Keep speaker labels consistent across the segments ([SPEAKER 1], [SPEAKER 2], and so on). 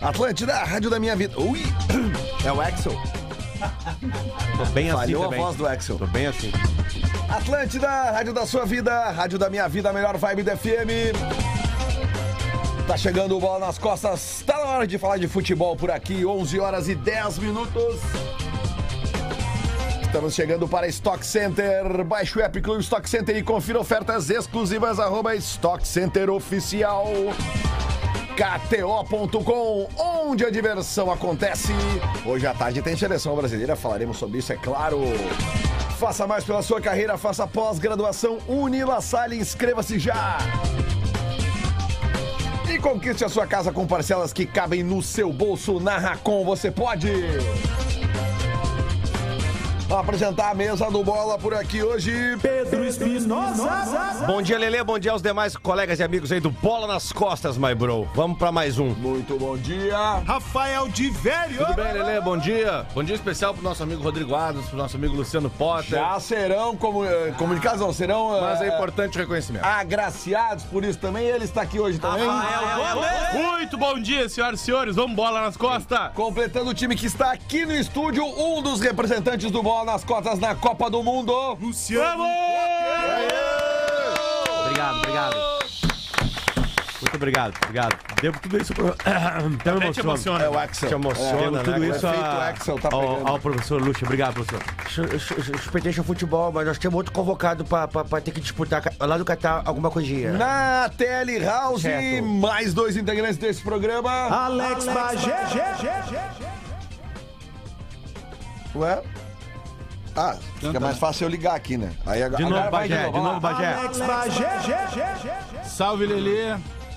[SPEAKER 1] Atlântida, a rádio da minha vida. Ui! É o Axel.
[SPEAKER 2] Tô bem assim
[SPEAKER 1] Falhou a
[SPEAKER 2] também.
[SPEAKER 1] voz do Axel.
[SPEAKER 2] Tô bem assim.
[SPEAKER 1] Atlântida, rádio da sua vida, rádio da minha vida, a melhor vibe do FM. Tá chegando o bola nas costas, tá na hora de falar de futebol por aqui, 11 horas e 10 minutos. Estamos chegando para Stock Center. Baixe o app Clube Stock Center e confira ofertas exclusivas. Arroba Stock Center Oficial. KTO.com, onde a diversão acontece. Hoje à tarde tem seleção brasileira, falaremos sobre isso, é claro. Faça mais pela sua carreira, faça pós-graduação Unila Salle, inscreva-se já. E conquiste a sua casa com parcelas que cabem no seu bolso. Na Racon você pode. Apresentar a mesa do Bola por aqui hoje.
[SPEAKER 2] Bom dia, Lelê. Bom dia aos demais colegas e amigos aí do Bola nas Costas, my bro. Vamos pra mais um.
[SPEAKER 1] Muito bom dia.
[SPEAKER 3] Rafael de Velho.
[SPEAKER 4] Tudo bem, Lelê? Bom dia. Bom dia especial pro nosso amigo Rodrigo Adams, pro nosso amigo Luciano Potter.
[SPEAKER 1] Já serão como, eh, comunicados, não serão eh,
[SPEAKER 4] Mas é importante o reconhecimento.
[SPEAKER 1] agraciados por isso também. Ele está aqui hoje também.
[SPEAKER 5] Muito bom dia, senhoras e senhores. Vamos bola nas costas.
[SPEAKER 1] Completando o time que está aqui no estúdio, um dos representantes do Bola nas Cotas na Copa do Mundo.
[SPEAKER 3] Luciano.
[SPEAKER 2] Obrigado, obrigado. Muito obrigado, obrigado. Devo tudo isso pro. Até me
[SPEAKER 5] Até te
[SPEAKER 2] emociono.
[SPEAKER 5] emociona.
[SPEAKER 1] Axel.
[SPEAKER 2] Te emociona,
[SPEAKER 1] É,
[SPEAKER 2] né?
[SPEAKER 1] tudo
[SPEAKER 2] cara?
[SPEAKER 1] isso a... Axel tá
[SPEAKER 2] ao,
[SPEAKER 1] pegando.
[SPEAKER 2] ao professor Lucha. Obrigado, professor.
[SPEAKER 6] Expediente futebol, mas nós temos outro convocado pra, pra, pra ter que disputar ca- lá do Catar alguma coisinha.
[SPEAKER 1] Na Tele House,
[SPEAKER 6] Certo.
[SPEAKER 1] mais dois integrantes desse programa.
[SPEAKER 2] Ah.
[SPEAKER 3] Alex Bagé.
[SPEAKER 1] Ué? Ah, fica mais fácil eu ligar aqui, né? Aí agora,
[SPEAKER 2] tá De novo,
[SPEAKER 1] agora vai Ah,
[SPEAKER 2] Bagé. De
[SPEAKER 1] vai lá.
[SPEAKER 2] novo, Bagé.
[SPEAKER 5] Salve, Lelê.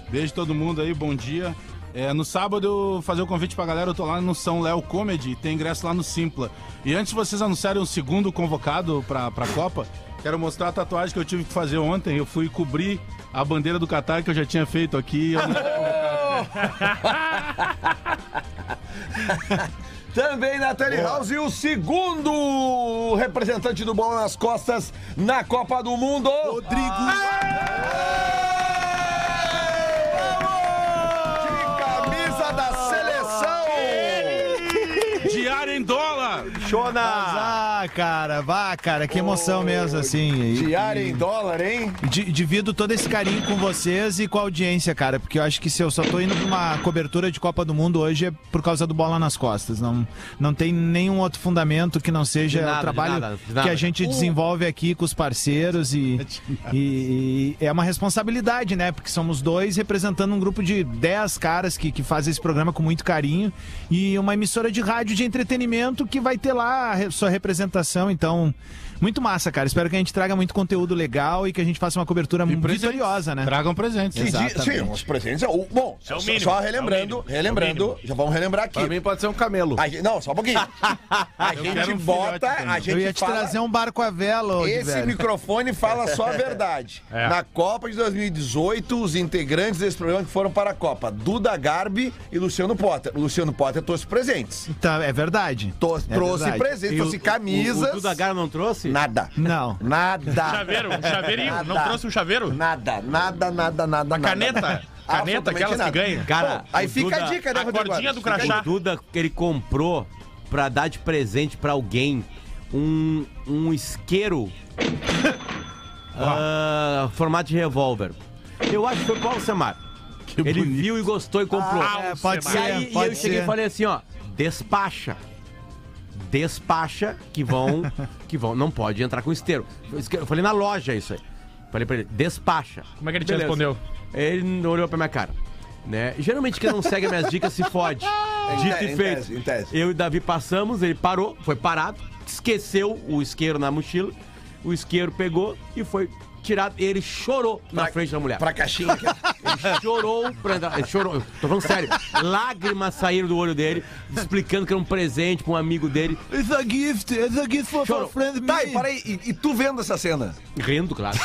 [SPEAKER 5] Beijo todo mundo aí, bom dia. É, no sábado, eu fazer o convite pra galera, eu tô lá no São Léo Comedy, tem ingresso lá no Simpla. E antes de vocês anunciarem o segundo convocado pra, pra Copa, quero mostrar a tatuagem que eu tive que fazer ontem. Eu fui cobrir a bandeira do Catar que eu já tinha feito aqui. Eu não-
[SPEAKER 1] Também na Tele House, e o segundo representante do Bola nas Costas na Copa do Mundo.
[SPEAKER 3] Rodrigo.
[SPEAKER 1] De camisa da seleção.
[SPEAKER 5] Diário em dólar!
[SPEAKER 2] Chona!
[SPEAKER 3] Ah, cara, vá, cara, que emoção mesmo, assim. E-
[SPEAKER 1] Diário em dólar, hein?
[SPEAKER 3] Di- divido todo esse carinho com vocês e com a audiência, cara, porque eu acho que se eu só tô indo pra uma cobertura de Copa do Mundo hoje é por causa do bola nas costas. Não, não tem nenhum outro fundamento que não seja
[SPEAKER 2] De
[SPEAKER 3] o
[SPEAKER 2] nada, de
[SPEAKER 3] trabalho
[SPEAKER 2] nada, de nada.
[SPEAKER 3] que a gente desenvolve aqui com os parceiros e, e- e é uma responsabilidade, né? Porque somos dois representando um grupo de 10 caras que, que fazem esse programa com muito carinho e uma emissora de rádio de entretenimento que vai ter lá a re- sua representação, então. Muito massa, cara. Espero que a gente traga muito conteúdo legal e que a gente faça uma cobertura muito
[SPEAKER 5] presentes.
[SPEAKER 3] vitoriosa, né?
[SPEAKER 5] Tragam presentes.
[SPEAKER 1] Que dia- Sim, os presentes. é o- Bom,
[SPEAKER 5] É o
[SPEAKER 1] só-
[SPEAKER 5] mínimo,
[SPEAKER 1] só
[SPEAKER 5] é o
[SPEAKER 1] relembrando,
[SPEAKER 5] mínimo, é o
[SPEAKER 1] relembrando, já vamos relembrar aqui.
[SPEAKER 4] Pra mim pode ser um camelo.
[SPEAKER 1] A gente- não, só um pouquinho. A gente
[SPEAKER 5] quero um
[SPEAKER 1] bota,
[SPEAKER 5] filhote também.
[SPEAKER 1] a
[SPEAKER 3] Eu
[SPEAKER 1] gente
[SPEAKER 3] ia te
[SPEAKER 1] fala-
[SPEAKER 3] trazer um barco à vela, ô,
[SPEAKER 1] Esse
[SPEAKER 3] velho.
[SPEAKER 1] microfone fala só a verdade.
[SPEAKER 5] É.
[SPEAKER 1] Na Copa de 2018, os integrantes desse programa que foram para a Copa, Duda Garbi e Luciano Potter. O Luciano Potter trouxe presentes.
[SPEAKER 3] Tá, é verdade.
[SPEAKER 1] Tô-
[SPEAKER 3] É
[SPEAKER 1] trouxe
[SPEAKER 3] verdade.
[SPEAKER 1] presentes,
[SPEAKER 2] E o-
[SPEAKER 1] trouxe camisas.
[SPEAKER 2] O, o Duda Gara não trouxe?
[SPEAKER 1] Nada.
[SPEAKER 3] Não.
[SPEAKER 1] Nada.
[SPEAKER 5] Chaveiro, um chaveirinho. Não
[SPEAKER 1] Nada.
[SPEAKER 5] trouxe um chaveiro?
[SPEAKER 1] Nada, nada, nada, nada. nada,
[SPEAKER 5] Caneta?
[SPEAKER 1] nada.
[SPEAKER 5] Caneta,
[SPEAKER 1] Absolutamente
[SPEAKER 5] aquelas que
[SPEAKER 1] nada.
[SPEAKER 5] ganha.
[SPEAKER 2] Cara,
[SPEAKER 1] Bom, aí
[SPEAKER 2] o
[SPEAKER 1] fica
[SPEAKER 2] Duda-
[SPEAKER 1] a dica, né,
[SPEAKER 5] a
[SPEAKER 1] Rodrigo?
[SPEAKER 5] cordinha do
[SPEAKER 1] Fica a
[SPEAKER 5] crachá.
[SPEAKER 2] O Duda, que ele comprou pra dar de presente pra alguém um, um isqueiro ah, formato de revólver. Eu acho que foi pro Alcemar. ele viu e gostou e comprou.
[SPEAKER 3] É, pode
[SPEAKER 2] e
[SPEAKER 3] ser,
[SPEAKER 2] aí e
[SPEAKER 3] pode
[SPEAKER 2] eu cheguei
[SPEAKER 3] ser.
[SPEAKER 2] e falei assim, ó, despacha. Despacha que vão, que vão, não pode entrar com esteiro. Eu falei na loja isso aí. Falei pra ele, despacha.
[SPEAKER 5] Como é que ele te respondeu?
[SPEAKER 2] Ele não olhou pra minha cara. Né? Geralmente quem não segue minhas dicas se fode. Dito
[SPEAKER 1] te- É, em
[SPEAKER 2] e feito.
[SPEAKER 1] tese, em tese.
[SPEAKER 2] Eu e o Davi passamos, ele parou, foi parado, esqueceu o isqueiro na mochila, o isqueiro pegou e foi tirado. Ele chorou na frente da mulher.
[SPEAKER 1] Pra caixinha. aqui.
[SPEAKER 2] Ele chorou pra entrar. Ele chorou. Eu Tô falando sério. Lágrimas saíram do olho dele, explicando que era um presente pra um amigo dele.
[SPEAKER 3] It's a gift, it's a gift for
[SPEAKER 2] Chorou.
[SPEAKER 3] friend me.
[SPEAKER 1] tá, e para aí, e, e tu vendo essa cena?
[SPEAKER 2] Rindo, claro.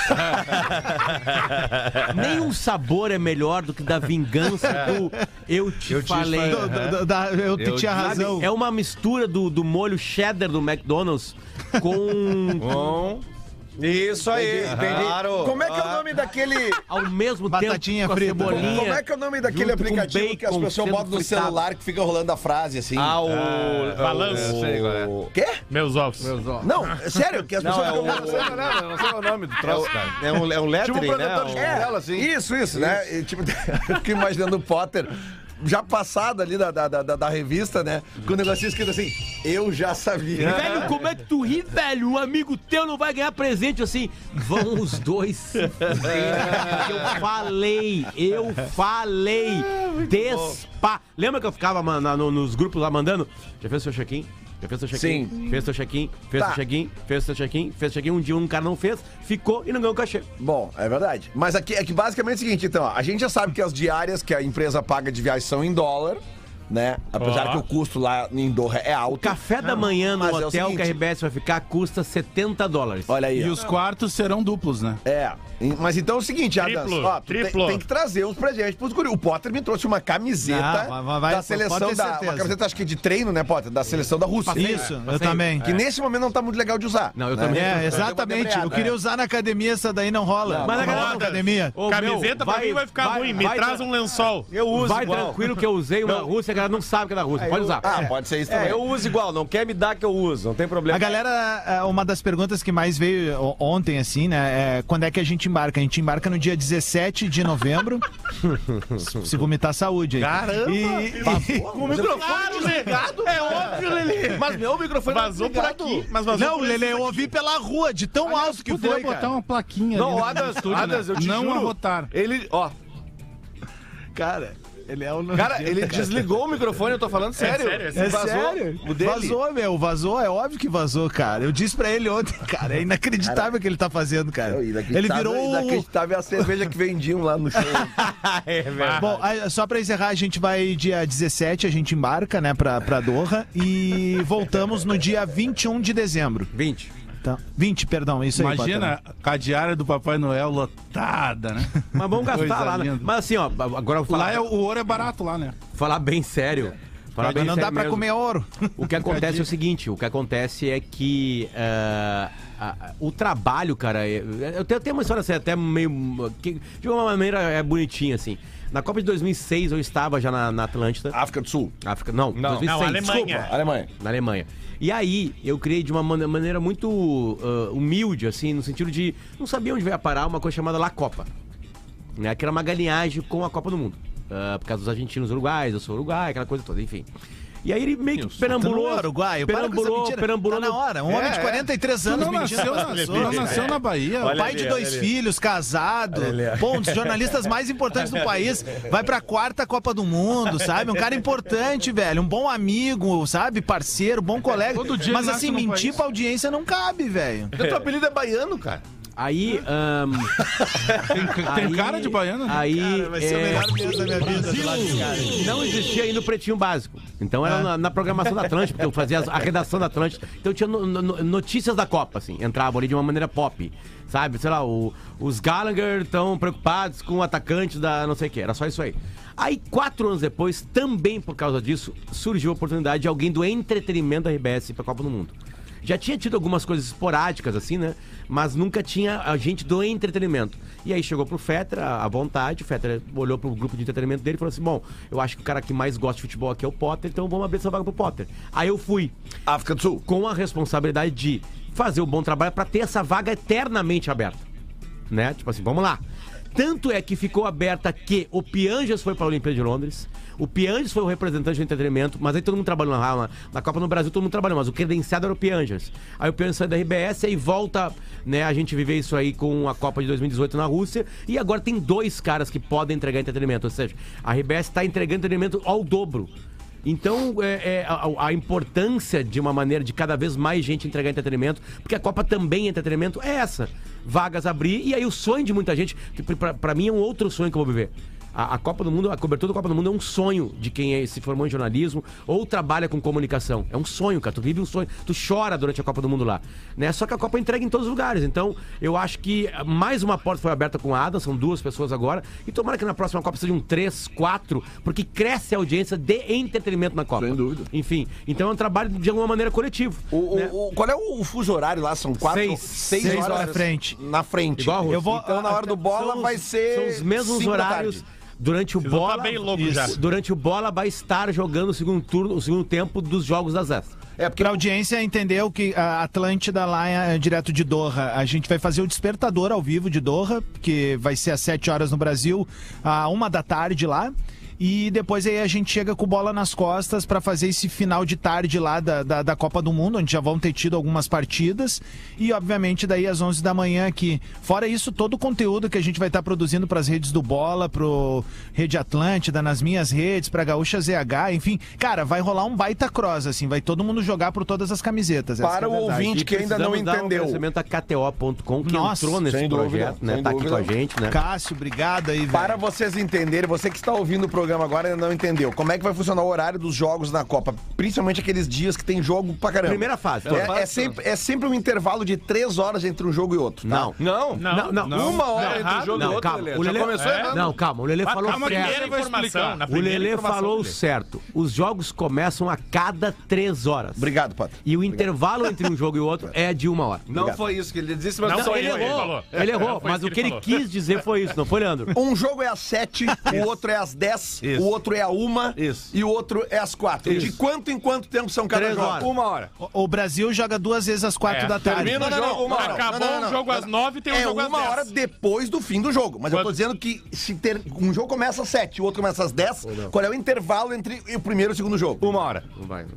[SPEAKER 2] Nenhum sabor é melhor do que da vingança do eu te falei.
[SPEAKER 3] Do- do- da- eu, te- tinha
[SPEAKER 2] Sabe,
[SPEAKER 3] razão.
[SPEAKER 2] É uma mistura do, do molho cheddar do McDonald's com.
[SPEAKER 4] Com
[SPEAKER 7] Isso aí, claro.
[SPEAKER 1] Como é que é o nome daquele.
[SPEAKER 2] Ao mesmo
[SPEAKER 3] Batatinha
[SPEAKER 2] tempo, com a
[SPEAKER 3] frita.
[SPEAKER 2] cebolinha.
[SPEAKER 1] Como é que é o nome daquele
[SPEAKER 2] junto com
[SPEAKER 1] aplicativo que as
[SPEAKER 2] bacon
[SPEAKER 1] pessoas
[SPEAKER 2] sendo
[SPEAKER 1] botam no
[SPEAKER 2] fritado.
[SPEAKER 1] celular que fica rolando a frase assim?
[SPEAKER 7] Ah, o. é,
[SPEAKER 8] balanço.
[SPEAKER 7] o-
[SPEAKER 4] Sei qual é.
[SPEAKER 7] o-
[SPEAKER 1] Quê?
[SPEAKER 8] Meus ovos.
[SPEAKER 1] Não, é sério, que as
[SPEAKER 7] Não,
[SPEAKER 1] pessoas
[SPEAKER 7] é o.
[SPEAKER 1] ficam.
[SPEAKER 4] não, não sei o nome do
[SPEAKER 7] É, o-
[SPEAKER 4] troço, cara.
[SPEAKER 7] é um, é um lettering,
[SPEAKER 4] Tipo um
[SPEAKER 7] né?
[SPEAKER 4] protetor de
[SPEAKER 7] Um-
[SPEAKER 4] é, dela, assim.
[SPEAKER 1] Isso, isso, né? E, tipo, eu fico imaginando o Potter já passado ali da, da, da, da revista, né? Com o negocinho escrito assim, eu já sabia.
[SPEAKER 2] Velho, como é que tu ri, velho? Um amigo teu não vai ganhar presente assim. Vão os dois. se fuder. eu falei, eu falei. Despa. Lembra que eu ficava mano, na- no- nos grupos lá mandando? Já fez seu check-in? Já fez seu check-in? Fez seu check-in? Fez
[SPEAKER 1] Tá.
[SPEAKER 2] seu check-in? Fez seu check-in? Fez seu check-in? Um dia um cara não fez, ficou e não ganhou o cachê.
[SPEAKER 1] Bom, é verdade. Mas aqui é que basicamente é o seguinte, então, ó, a gente já sabe que as diárias que a empresa paga de viagem são em dólar, né? Apesar
[SPEAKER 8] Ó.
[SPEAKER 1] que o custo lá em Doha é
[SPEAKER 2] O
[SPEAKER 1] alto.
[SPEAKER 2] café da manhã no
[SPEAKER 1] mas é o
[SPEAKER 2] hotel que a
[SPEAKER 1] seguinte-
[SPEAKER 2] RBS vai ficar custa 70 dólares.
[SPEAKER 1] Olha aí.
[SPEAKER 5] E
[SPEAKER 1] ó.
[SPEAKER 5] os quartos serão duplos, né?
[SPEAKER 1] É, em- mas então é o seguinte, Adams,
[SPEAKER 8] Triplo,
[SPEAKER 1] ó, tu tem,
[SPEAKER 8] triplo.
[SPEAKER 1] tem que trazer uns presentes pros guri. O Potter me trouxe uma camiseta
[SPEAKER 3] Não, Ah, vai- vai-
[SPEAKER 1] da seleção
[SPEAKER 3] pode ter
[SPEAKER 1] da...
[SPEAKER 3] certeza.
[SPEAKER 1] Uma camiseta, acho que de treino, né, Potter? Da seleção da Rússia.
[SPEAKER 3] Isso, É. eu
[SPEAKER 2] Passeio.
[SPEAKER 3] também.
[SPEAKER 1] Que nesse momento não tá muito legal de usar.
[SPEAKER 2] Não, eu
[SPEAKER 1] né?
[SPEAKER 2] também.
[SPEAKER 3] É, exatamente. Eu queria usar na academia, essa daí não rola.
[SPEAKER 2] Mas
[SPEAKER 3] Mas
[SPEAKER 2] a galera
[SPEAKER 3] na
[SPEAKER 2] não-
[SPEAKER 3] academia.
[SPEAKER 2] Ô, meu,
[SPEAKER 8] Camiseta pra mim vai ficar ruim. Me
[SPEAKER 2] vai-
[SPEAKER 8] traz um lençol.
[SPEAKER 7] Eu uso
[SPEAKER 2] Vai
[SPEAKER 7] igual.
[SPEAKER 2] tranquilo que eu usei uma russa, que ela não sabe que é da Rússia. Pode usar.
[SPEAKER 1] Ah, pode ser isso também.
[SPEAKER 7] É, eu uso igual, não quer me dar que eu uso, não tem problema.
[SPEAKER 3] A galera, é, uma das perguntas que mais veio o- ontem, assim, né? É quando é que a gente embarca? A gente embarca no dia 17 de novembro. se vomitar saúde, hein?
[SPEAKER 8] Caramba!
[SPEAKER 3] E-
[SPEAKER 8] O microfone desligado? É óbvio, Lelê. Mas meu microfone
[SPEAKER 5] tá
[SPEAKER 8] vazou por aqui. Mas vazou
[SPEAKER 3] Não,
[SPEAKER 8] por
[SPEAKER 3] Lele, eu ouvi pela rua, de tão alto que
[SPEAKER 5] Poderia
[SPEAKER 3] foi,
[SPEAKER 5] botar
[SPEAKER 3] cara.
[SPEAKER 5] uma plaquinha
[SPEAKER 4] Não,
[SPEAKER 5] ali
[SPEAKER 4] o
[SPEAKER 5] no
[SPEAKER 4] Adas,
[SPEAKER 5] estúdio,
[SPEAKER 4] Adas,
[SPEAKER 5] né?
[SPEAKER 4] eu te
[SPEAKER 5] Não
[SPEAKER 4] juro.
[SPEAKER 5] arrotar.
[SPEAKER 4] Ele, ó,
[SPEAKER 3] Cara, ele é o...
[SPEAKER 4] cara, ele desligou o microfone, eu tô falando sério.
[SPEAKER 8] sério, é
[SPEAKER 3] É
[SPEAKER 8] sério.
[SPEAKER 4] Vazou
[SPEAKER 3] sério?
[SPEAKER 4] O dele.
[SPEAKER 3] Vazou, meu, vazou, é óbvio que vazou, cara. Eu disse pra ele ontem, cara, é inacreditável o que ele tá fazendo, cara. Ele virou. o-
[SPEAKER 1] Inacreditável é a cerveja que vendiam lá no show.
[SPEAKER 3] Bom, a- só pra encerrar, a gente vai dia 17, a gente embarca, né, pra, pra Doha e voltamos no dia 21 de dezembro.
[SPEAKER 2] 20.
[SPEAKER 3] Então, 20, perdão, isso aí.
[SPEAKER 5] Imagina com a diária do Papai Noel lotada, né?
[SPEAKER 2] Mas vamos
[SPEAKER 5] Coisa
[SPEAKER 2] gastar lá, né?
[SPEAKER 5] linda.
[SPEAKER 2] Mas assim, ó, agora eu vou
[SPEAKER 5] Lá
[SPEAKER 2] falar,
[SPEAKER 5] é, o ouro é barato lá, né?
[SPEAKER 2] falar bem sério. Falar
[SPEAKER 3] Batata.
[SPEAKER 2] bem
[SPEAKER 3] Não
[SPEAKER 2] sério
[SPEAKER 3] dá pra
[SPEAKER 2] mesmo.
[SPEAKER 3] comer ouro.
[SPEAKER 2] O que acontece é o seguinte, o que acontece é que ah, a- a- o trabalho, cara, é- eu tenho até uma história assim, até meio que, de uma maneira é bonitinha assim. Na Copa de 2006 eu estava já na, na Atlântida,
[SPEAKER 1] África do Sul,
[SPEAKER 2] África, Ah. não,
[SPEAKER 8] Não,
[SPEAKER 2] 2006,
[SPEAKER 8] Alemanha.
[SPEAKER 1] Alemanha.
[SPEAKER 2] na Alemanha. E aí, eu criei de uma man- maneira muito ah, humilde, assim, no sentido de não sabia onde ia parar uma coisa chamada La Copa. Né? Que era uma galinhagem com a Copa do Mundo. Ah, por causa dos argentinos uruguais, eu sou uruguai, aquela coisa toda, enfim. E aí ele meio que perambulou.
[SPEAKER 3] tá Uruguai,
[SPEAKER 2] perambulou,
[SPEAKER 3] Tá
[SPEAKER 2] perambulou. no- É.
[SPEAKER 3] na hora, um homem de 43
[SPEAKER 5] É. Tu
[SPEAKER 3] anos
[SPEAKER 5] não
[SPEAKER 3] mentindo
[SPEAKER 5] nasceu,
[SPEAKER 3] pras
[SPEAKER 5] na, tu
[SPEAKER 3] pessoas, né?
[SPEAKER 5] não
[SPEAKER 3] cara.
[SPEAKER 5] nasceu na Bahia?
[SPEAKER 7] Olha
[SPEAKER 3] Pai
[SPEAKER 7] ali,
[SPEAKER 3] de
[SPEAKER 7] olha
[SPEAKER 3] dois
[SPEAKER 7] ali.
[SPEAKER 3] filhos, casado, pô, um dos jornalistas mais importantes do país, vai pra quarta Copa do Mundo, sabe? Um cara importante, velho, um bom amigo, sabe? Parceiro, bom colega.
[SPEAKER 5] Todo dia
[SPEAKER 3] Mas
[SPEAKER 5] ele nasce
[SPEAKER 3] assim,
[SPEAKER 5] num
[SPEAKER 3] mentir
[SPEAKER 5] país.
[SPEAKER 3] pra audiência não cabe, velho.
[SPEAKER 4] O teu apelido é baiano, cara.
[SPEAKER 2] Aí. ahn,
[SPEAKER 5] Tem, tem
[SPEAKER 2] aí-
[SPEAKER 5] cara de baiano? né?
[SPEAKER 2] Aí. é,
[SPEAKER 3] mês da minha vida. do lado de É. cá.
[SPEAKER 2] Não existia ainda o Pretinho Básico. Então era na, na programação da Atlântica, porque eu fazia as- a redação da Atlântica. Então tinha no- no- notícias da Copa, assim. Entrava ali de uma maneira pop. Sabe? Sei lá, o- os Gallagher estão preocupados com o atacante da não sei o que. Era só isso aí. Aí, quatro anos depois, também por causa disso, surgiu a oportunidade de alguém do entretenimento da RBS ir pra Copa do Mundo. Já tinha tido algumas coisas esporádicas, assim, né? Mas nunca tinha a gente do entretenimento. E aí chegou pro Fetter, à vontade, o Fetter olhou pro grupo de entretenimento dele e falou assim: Bom, eu acho que o cara que mais gosta de futebol aqui é o Potter, então vamos abrir essa vaga pro Potter. Aí eu fui
[SPEAKER 1] África do Sul.
[SPEAKER 2] com a responsabilidade de fazer o bom trabalho pra ter essa vaga eternamente aberta. Né? Tipo assim, vamos lá. Tanto é que ficou aberta que o Pianjas foi para a Olimpíada de Londres, o Pianjas foi o representante do entretenimento, mas aí todo mundo trabalhou na, na, na Copa no Brasil, todo mundo trabalhou, mas o credenciado era o Pianjas. Aí o Pianjas sai da RBS e volta, né? A gente viver isso aí com a Copa de 2018 na Rússia, e agora tem dois caras que podem entregar entretenimento, ou seja, a RBS está tá entregando entretenimento ao dobro. Então, é, é, a, a importância de uma maneira de cada vez mais gente entregar entretenimento, porque a Copa também é entretenimento, é essa. Vagas abrir, e aí o sonho de muita gente, que pra- pra mim é um outro sonho que eu vou viver. A, a Copa do Mundo, a cobertura da Copa do Mundo é um sonho de quem é- se formou em jornalismo ou trabalha com comunicação. É um sonho, cara. Tu vive um sonho. Tu chora durante a Copa do Mundo lá. Né? Só que a Copa entrega em todos os lugares. Então, eu acho que mais uma porta foi aberta com a Ada, são duas pessoas agora. E tomara que na próxima Copa seja um três, quatro, porque cresce a audiência de entretenimento na Copa.
[SPEAKER 1] Sem dúvida.
[SPEAKER 2] Enfim, então é um trabalho de alguma maneira coletivo.
[SPEAKER 1] O, o-
[SPEAKER 2] né?
[SPEAKER 1] o- qual é o fuso horário lá? São quatro, seis,
[SPEAKER 2] Seis.
[SPEAKER 3] Seis
[SPEAKER 1] horas,
[SPEAKER 3] horas na frente.
[SPEAKER 1] Na frente.
[SPEAKER 2] Igual a Rússia.
[SPEAKER 3] Eu vou-
[SPEAKER 1] então, na hora do bola
[SPEAKER 2] São os-
[SPEAKER 1] vai ser.
[SPEAKER 2] São os mesmos
[SPEAKER 1] cinco da
[SPEAKER 2] horários.
[SPEAKER 1] tarde.
[SPEAKER 2] Durante o
[SPEAKER 8] vão
[SPEAKER 2] bola.
[SPEAKER 8] tá bem louco
[SPEAKER 2] Isso.
[SPEAKER 8] já.
[SPEAKER 2] Durante o bola vai estar jogando o segundo turno, o segundo tempo dos jogos das Zé.
[SPEAKER 1] É, porque
[SPEAKER 3] Pra audiência entendeu que a Atlântida lá é direto de Doha. A gente vai fazer o despertador ao vivo de Doha, que vai ser às 7 horas no Brasil, à 1 da tarde lá. E depois aí a gente chega com bola nas costas pra fazer esse final de tarde lá da, da, da Copa do Mundo, onde já vão ter tido algumas partidas. E obviamente daí às 11 da manhã aqui. Fora isso, todo o conteúdo que a gente vai estar produzindo pras redes do Bola, pro Rede Atlântida, nas minhas redes, pra Gaúcha ZH, enfim. Cara, vai rolar um baita cross, assim. Vai todo mundo jogar por todas as camisetas. essa
[SPEAKER 1] Para
[SPEAKER 3] é a
[SPEAKER 1] o
[SPEAKER 3] verdade.
[SPEAKER 1] ouvinte que ainda não
[SPEAKER 2] Tá, precisamos dar
[SPEAKER 1] entendeu.
[SPEAKER 2] Um agradecimento a KTO.com que
[SPEAKER 3] Nossa,
[SPEAKER 2] entrou nesse
[SPEAKER 1] sem
[SPEAKER 2] projeto,
[SPEAKER 1] dúvida,
[SPEAKER 2] né?
[SPEAKER 1] sem
[SPEAKER 2] Tá aqui com a
[SPEAKER 1] dúvida.
[SPEAKER 2] gente, né?
[SPEAKER 3] Cássio, obrigado aí, velho.
[SPEAKER 1] Para vocês entenderem, você que está ouvindo o programa agora ainda não entendeu, como é que vai funcionar o horário dos jogos na Copa? Principalmente aqueles dias que tem jogo pra caramba.
[SPEAKER 2] Primeira fase.
[SPEAKER 1] É, é sempre, é sempre um intervalo de três horas entre um jogo e outro. tá?
[SPEAKER 2] Não.
[SPEAKER 4] Não,
[SPEAKER 2] Não, não.
[SPEAKER 4] Uma hora entre um jogo e
[SPEAKER 2] Não,
[SPEAKER 4] outro,
[SPEAKER 2] calma.
[SPEAKER 4] Lelê.
[SPEAKER 2] O
[SPEAKER 4] Já
[SPEAKER 2] Lelê...
[SPEAKER 4] começou
[SPEAKER 2] é?
[SPEAKER 4] errado.
[SPEAKER 2] Não, calma. O Lelê falou
[SPEAKER 8] Calma,
[SPEAKER 2] certo.
[SPEAKER 8] primeira
[SPEAKER 5] vai
[SPEAKER 8] informação.
[SPEAKER 5] explicar.
[SPEAKER 8] Na
[SPEAKER 2] O
[SPEAKER 8] primeira
[SPEAKER 2] Lelê
[SPEAKER 8] informação
[SPEAKER 2] falou
[SPEAKER 8] dele.
[SPEAKER 2] certo. Os jogos começam a cada três horas.
[SPEAKER 1] Obrigado, Pato.
[SPEAKER 2] E o intervalo entre um jogo e o outro é de uma hora.
[SPEAKER 4] Não foi isso que ele disse, mas
[SPEAKER 8] Não
[SPEAKER 4] só
[SPEAKER 8] foi
[SPEAKER 4] ele
[SPEAKER 8] isso.
[SPEAKER 4] errou.
[SPEAKER 8] falou.
[SPEAKER 2] Ele
[SPEAKER 8] Não
[SPEAKER 2] errou,
[SPEAKER 8] foi
[SPEAKER 2] mas
[SPEAKER 8] isso
[SPEAKER 2] o
[SPEAKER 8] que
[SPEAKER 2] que
[SPEAKER 8] ele
[SPEAKER 2] ele
[SPEAKER 8] falou.
[SPEAKER 2] quis dizer foi isso, não foi, Leandro?
[SPEAKER 1] Um jogo é às sete, o outro é às dez,
[SPEAKER 4] Isso.
[SPEAKER 1] o outro é à uma
[SPEAKER 4] Isso.
[SPEAKER 1] e o outro é às quatro. De
[SPEAKER 4] Isso.
[SPEAKER 1] quanto em quanto tempo são cada
[SPEAKER 2] Três
[SPEAKER 1] jogo?
[SPEAKER 2] horas.
[SPEAKER 4] Uma hora.
[SPEAKER 3] O o Brasil joga duas vezes às quatro
[SPEAKER 8] É,
[SPEAKER 3] da tarde.
[SPEAKER 1] Termina
[SPEAKER 4] Não,
[SPEAKER 1] o
[SPEAKER 4] não, não,
[SPEAKER 1] jogo.
[SPEAKER 4] uma hora.
[SPEAKER 8] Acabou o jogo às nove, tem um
[SPEAKER 1] é
[SPEAKER 8] jogo às
[SPEAKER 1] uma
[SPEAKER 8] dez.
[SPEAKER 1] hora depois do fim do jogo. Mas eu tô
[SPEAKER 8] Quando-
[SPEAKER 1] dizendo que se ter... um jogo começa às sete, o outro começa às dez, qual é o intervalo entre o primeiro e o segundo jogo?
[SPEAKER 4] Uma hora.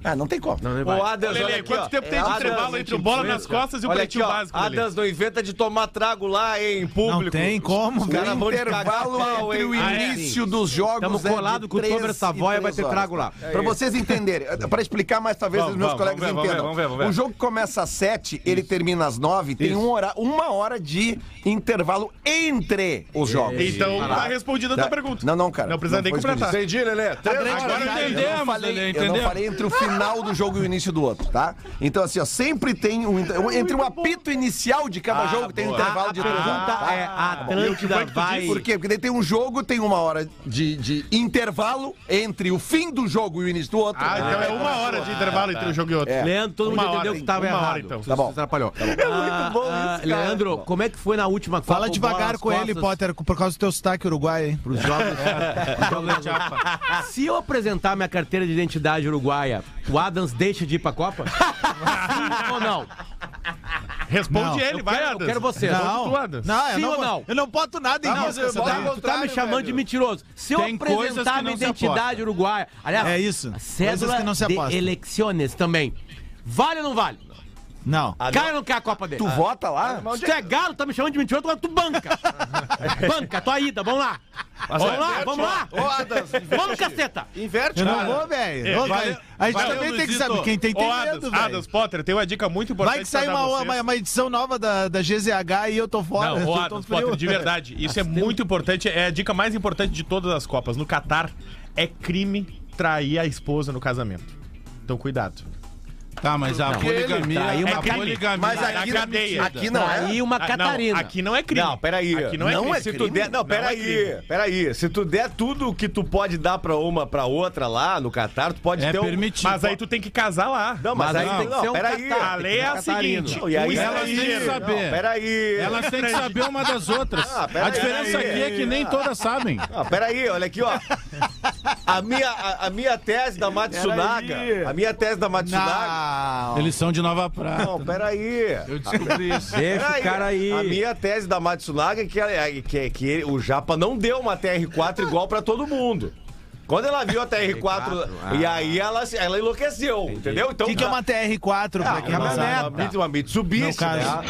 [SPEAKER 1] Ah, não tem como.
[SPEAKER 2] Não, é não vai.
[SPEAKER 7] Ô, Adas,
[SPEAKER 8] Lelê,
[SPEAKER 7] olha aqui,
[SPEAKER 8] quanto
[SPEAKER 7] ó.
[SPEAKER 8] tempo tem
[SPEAKER 7] É,
[SPEAKER 8] de
[SPEAKER 7] Adas,
[SPEAKER 8] intervalo entre o bola nas costas e o
[SPEAKER 7] Olha aqui,
[SPEAKER 8] pretinho
[SPEAKER 7] ó.
[SPEAKER 8] básico? Lelê?
[SPEAKER 7] Adas não inventa de tomar trago lá em público.
[SPEAKER 3] Não tem como,
[SPEAKER 7] Os caras
[SPEAKER 3] velho.
[SPEAKER 7] vão
[SPEAKER 1] O
[SPEAKER 7] de
[SPEAKER 1] intervalo
[SPEAKER 7] cagar pau,
[SPEAKER 1] entre o
[SPEAKER 7] hein?
[SPEAKER 8] Ah, é.
[SPEAKER 1] início dos jogos. é
[SPEAKER 2] Tamo colado com o
[SPEAKER 1] três
[SPEAKER 2] Tomer Savoia,
[SPEAKER 1] e três
[SPEAKER 2] vai ter
[SPEAKER 1] horas.
[SPEAKER 2] trago lá.
[SPEAKER 1] É pra vocês entenderem, pra explicar mais talvez
[SPEAKER 4] Vamos,
[SPEAKER 1] os meus
[SPEAKER 4] vamos,
[SPEAKER 1] colegas
[SPEAKER 4] vamos ver,
[SPEAKER 1] entendam.
[SPEAKER 4] vamos ver, vamos ver.
[SPEAKER 1] O jogo começa às sete, ele termina às nove, tem um hora, uma hora de intervalo entre os jogos.
[SPEAKER 8] Então tá respondida a tua pergunta.
[SPEAKER 1] Não, não, cara.
[SPEAKER 8] Não precisa nem
[SPEAKER 1] foi
[SPEAKER 8] completar.
[SPEAKER 1] escolhido.
[SPEAKER 4] Entendi, Lelê. Três
[SPEAKER 3] grande
[SPEAKER 4] horas.
[SPEAKER 3] verdade-
[SPEAKER 1] Eu não
[SPEAKER 5] Entendemos,
[SPEAKER 1] falei-
[SPEAKER 5] Lelê,
[SPEAKER 1] Eu não
[SPEAKER 5] entendemos.
[SPEAKER 1] falei entre o final do jogo e o início do outro, tá? Então, assim, ó, sempre tem um. inter- Entre o apito inicial de cada jogo tem um
[SPEAKER 2] A,
[SPEAKER 8] Ah,
[SPEAKER 1] intervalo
[SPEAKER 2] a
[SPEAKER 1] de três horas,
[SPEAKER 2] pergunta
[SPEAKER 1] tá?
[SPEAKER 2] é, a Atlântida vai...
[SPEAKER 1] Por quê? Porque daí tem um jogo, tem uma hora de, de intervalo entre o fim do jogo e o início do outro.
[SPEAKER 8] Ah, então é uma hora de intervalo entre um jogo e outro.
[SPEAKER 1] É.
[SPEAKER 2] Leandro, todo
[SPEAKER 8] Uma
[SPEAKER 2] mundo
[SPEAKER 8] hora,
[SPEAKER 2] entendeu que tava
[SPEAKER 8] uma
[SPEAKER 2] errado.
[SPEAKER 8] hora, então.
[SPEAKER 2] Tá bom. Você atrapalhou. É muito bom isso, Leandro, como é que foi na última Copa?
[SPEAKER 3] Fala
[SPEAKER 2] o
[SPEAKER 3] devagar
[SPEAKER 2] Bola nas
[SPEAKER 3] com ele,
[SPEAKER 2] costas?
[SPEAKER 3] Potter, por causa do teu sotaque uruguai, hein?
[SPEAKER 2] Pros jogos.
[SPEAKER 3] É.
[SPEAKER 2] pros jogos- Se eu apresentar minha carteira de identidade uruguaia, o Adams deixa de ir pra Copa? Sim ou não?
[SPEAKER 8] Responde
[SPEAKER 3] Não,
[SPEAKER 8] ele, vai, Adas.
[SPEAKER 2] Quero você.
[SPEAKER 8] tu, Adas.
[SPEAKER 3] não, eu
[SPEAKER 2] Sim
[SPEAKER 3] não,
[SPEAKER 2] ou
[SPEAKER 3] vou-
[SPEAKER 2] não?
[SPEAKER 3] eu não boto nada em risco. essa daí.
[SPEAKER 2] Tu tá me chamando de mentiroso. Se eu
[SPEAKER 5] Tem coisas que
[SPEAKER 2] apresentar
[SPEAKER 5] não
[SPEAKER 2] minha
[SPEAKER 5] se
[SPEAKER 2] identidade
[SPEAKER 5] aposta.
[SPEAKER 2] uruguaia, aliás,
[SPEAKER 3] É isso.
[SPEAKER 2] a
[SPEAKER 3] Coisas
[SPEAKER 2] cédula
[SPEAKER 3] que não se
[SPEAKER 2] de
[SPEAKER 3] aposta.
[SPEAKER 2] eleições também. Vale ou não vale?
[SPEAKER 3] Não.
[SPEAKER 2] Cara, eu não quer a Copa dele.
[SPEAKER 1] Tu vota lá?
[SPEAKER 2] Se tu é galo, tá me chamando de mentiroso, agora tu banca. banca, tua ida, vamos lá.
[SPEAKER 7] é
[SPEAKER 2] vamos lá, vamos lá. Vamos, caceta.
[SPEAKER 3] Eu não vou, velho.
[SPEAKER 8] É,
[SPEAKER 3] Ô,
[SPEAKER 5] valeu-
[SPEAKER 3] cara, a gente
[SPEAKER 5] valeu,
[SPEAKER 3] também tem que
[SPEAKER 5] Luizito.
[SPEAKER 3] saber quem tem, tem
[SPEAKER 8] Ô,
[SPEAKER 3] medo,
[SPEAKER 8] Adas,
[SPEAKER 3] velho.
[SPEAKER 8] Adas, Potter, tem uma dica muito importante
[SPEAKER 3] Vai que sai
[SPEAKER 8] pra dar
[SPEAKER 3] uma,
[SPEAKER 8] vocês.
[SPEAKER 3] uma, uma edição nova da, da GZH e eu tô fora.
[SPEAKER 8] Não,
[SPEAKER 3] eu
[SPEAKER 8] ô,
[SPEAKER 3] tô
[SPEAKER 8] Adams,
[SPEAKER 3] frio.
[SPEAKER 8] Potter, de verdade. Isso é muito importante. É a dica mais importante de todas as Copas. No Catar, é crime trair a esposa no casamento. Então, cuidado.
[SPEAKER 5] Tá, mas a poligamia.
[SPEAKER 2] Tá, aí uma
[SPEAKER 5] a
[SPEAKER 2] crime.
[SPEAKER 5] poligamia. é
[SPEAKER 1] Mas
[SPEAKER 8] na
[SPEAKER 1] aqui,
[SPEAKER 8] cadeia.
[SPEAKER 1] aqui não é.
[SPEAKER 2] Aí uma
[SPEAKER 8] Ah,
[SPEAKER 2] Catarina.
[SPEAKER 8] Não, aqui não é crime.
[SPEAKER 7] Não, peraí.
[SPEAKER 8] Aqui não é
[SPEAKER 1] Não
[SPEAKER 8] crime.
[SPEAKER 1] é
[SPEAKER 7] Se tu
[SPEAKER 1] crime.
[SPEAKER 7] der, não,
[SPEAKER 8] Não é
[SPEAKER 7] peraí,
[SPEAKER 8] crime.
[SPEAKER 7] peraí. Se tu der tudo que tu pode dar pra uma pra outra lá no Catar, tu pode
[SPEAKER 5] É
[SPEAKER 7] ter um.
[SPEAKER 5] permitido.
[SPEAKER 8] Mas aí tu tem que casar lá.
[SPEAKER 7] Não, mas,
[SPEAKER 2] Mas
[SPEAKER 7] aí
[SPEAKER 2] não,
[SPEAKER 7] tem que
[SPEAKER 2] não,
[SPEAKER 7] ser um
[SPEAKER 2] peraí.
[SPEAKER 7] Catar.
[SPEAKER 8] A lei é a
[SPEAKER 2] Catarina.
[SPEAKER 8] seguinte.
[SPEAKER 7] Não, e aí
[SPEAKER 8] um
[SPEAKER 7] elas
[SPEAKER 5] têm que
[SPEAKER 8] estrangeiro-
[SPEAKER 5] saber.
[SPEAKER 7] Não, peraí.
[SPEAKER 5] Elas têm que saber uma das outras.
[SPEAKER 7] Ah, peraí.
[SPEAKER 5] a diferença aqui é que nem todas sabem.
[SPEAKER 7] Ah, peraí, olha aqui, ó. A minha, a, a minha tese da Matsunaga. A minha tese da Matsunaga.
[SPEAKER 3] Não.
[SPEAKER 5] Eles são de Nova Prata.
[SPEAKER 7] Não, peraí.
[SPEAKER 5] Eu descobri isso.
[SPEAKER 2] Deixa o cara aí.
[SPEAKER 7] A minha tese da Matsunaga é que, é- que, é que ele- o Japa não deu uma TR4 igual pra todo mundo. Quando ela viu a TR4, e aí ela, se- ela enlouqueceu, entendeu? Então, é
[SPEAKER 3] O ah. que, que é uma TR4 pra
[SPEAKER 8] Ah,
[SPEAKER 3] quem não sabe?
[SPEAKER 7] uma, Mitsu- uma Mitsubishi,
[SPEAKER 3] No caso.
[SPEAKER 7] né?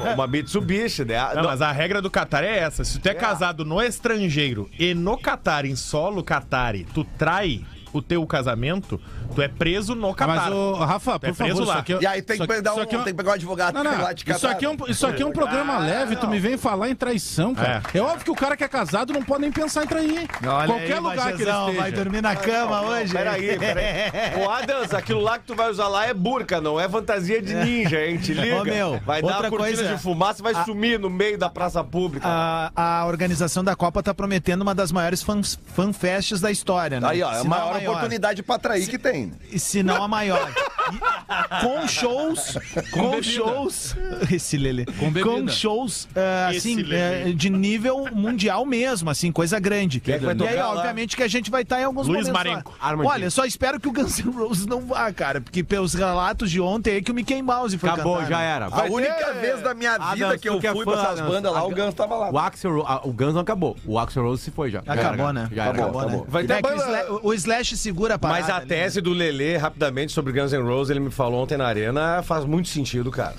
[SPEAKER 7] Uma, uma Mitsubishi, né?
[SPEAKER 8] Não,
[SPEAKER 7] Não,
[SPEAKER 8] mas a regra do Catar é essa. Se tu é, casado no estrangeiro e no Catar, em solo Catar, tu trai, o teu casamento, tu é preso no Catar.
[SPEAKER 5] Ah, Mas, ô, Rafa,
[SPEAKER 8] Tu é
[SPEAKER 5] por favor,
[SPEAKER 8] preso
[SPEAKER 5] isso
[SPEAKER 8] lá.
[SPEAKER 5] aqui... é-
[SPEAKER 1] E aí tem que,
[SPEAKER 5] isso aqui-
[SPEAKER 1] pegar um,
[SPEAKER 5] isso aqui é
[SPEAKER 1] tem que pegar um advogado
[SPEAKER 5] Não,
[SPEAKER 1] pra ir
[SPEAKER 5] não.
[SPEAKER 1] lá te
[SPEAKER 5] Isso
[SPEAKER 1] catar.
[SPEAKER 5] aqui, é um, isso aqui é um programa leve, tu me vem falar em traição, cara. É. óbvio que o cara que é casado não pode nem pensar em trair.
[SPEAKER 3] Olha
[SPEAKER 5] Qualquer
[SPEAKER 3] aí,
[SPEAKER 5] lugar que ele
[SPEAKER 3] Bagezão,
[SPEAKER 5] esteja.
[SPEAKER 3] Vai dormir
[SPEAKER 8] Ah,
[SPEAKER 3] na cama hoje.
[SPEAKER 7] Peraí, peraí. Ô, Adams, aquilo lá que tu vai usar lá é burca, não é fantasia de ninja, hein? Te liga.
[SPEAKER 3] Ô, meu,
[SPEAKER 7] vai dar uma
[SPEAKER 3] outra
[SPEAKER 7] cortina
[SPEAKER 3] coisa-
[SPEAKER 7] de fumaça e vai sumir no meio da praça pública.
[SPEAKER 3] A, a organização da Copa tá prometendo uma das maiores fans- fanfests da história, né?
[SPEAKER 1] Aí, ó, é a
[SPEAKER 3] Se não
[SPEAKER 1] maior oportunidade pra atrair que tem. né?
[SPEAKER 3] E se não a maior. E- com shows, com,
[SPEAKER 5] bebida.
[SPEAKER 3] shows, esse Lelê, com,
[SPEAKER 5] bebida.
[SPEAKER 3] shows ah,
[SPEAKER 8] Esse
[SPEAKER 3] assim
[SPEAKER 8] Lelê.
[SPEAKER 3] eh, de nível mundial mesmo, assim coisa grande.
[SPEAKER 7] vai
[SPEAKER 3] e aí,
[SPEAKER 7] tocar lá?
[SPEAKER 3] obviamente que a gente vai estar em alguns
[SPEAKER 8] Luiz
[SPEAKER 3] momentos.
[SPEAKER 8] Marenco,
[SPEAKER 3] lá.
[SPEAKER 2] Armandinho.
[SPEAKER 3] Olha, só espero que o Guns N' Roses não vá, cara, porque pelos relatos de ontem aí que o Mickey Mouse foi
[SPEAKER 2] Acabou,
[SPEAKER 3] cantar,
[SPEAKER 2] já
[SPEAKER 3] né?
[SPEAKER 2] era.
[SPEAKER 1] A única vez da minha
[SPEAKER 2] Ah,
[SPEAKER 1] vida
[SPEAKER 2] Adams,
[SPEAKER 1] que eu
[SPEAKER 2] tu que é
[SPEAKER 1] fui
[SPEAKER 2] fã,
[SPEAKER 1] pra essas
[SPEAKER 2] Adams.
[SPEAKER 1] bandas lá,
[SPEAKER 2] A-
[SPEAKER 1] o Guns tava lá.
[SPEAKER 2] O Axel, Ro- a- o Guns não acabou. O Axel Rose se foi já. Já era,
[SPEAKER 3] Acabou,
[SPEAKER 2] cara.
[SPEAKER 3] né?
[SPEAKER 2] Já era.
[SPEAKER 3] acabou,
[SPEAKER 1] acabou.
[SPEAKER 3] né?
[SPEAKER 7] Vai ter
[SPEAKER 3] É que o,
[SPEAKER 7] banda-
[SPEAKER 3] Slash, o Slash segura a parada.
[SPEAKER 7] Mas a
[SPEAKER 3] né?
[SPEAKER 7] tese do Lelê, rapidamente, sobre Guns N' Roses, ele me falou ontem na arena, faz muito sentido, cara.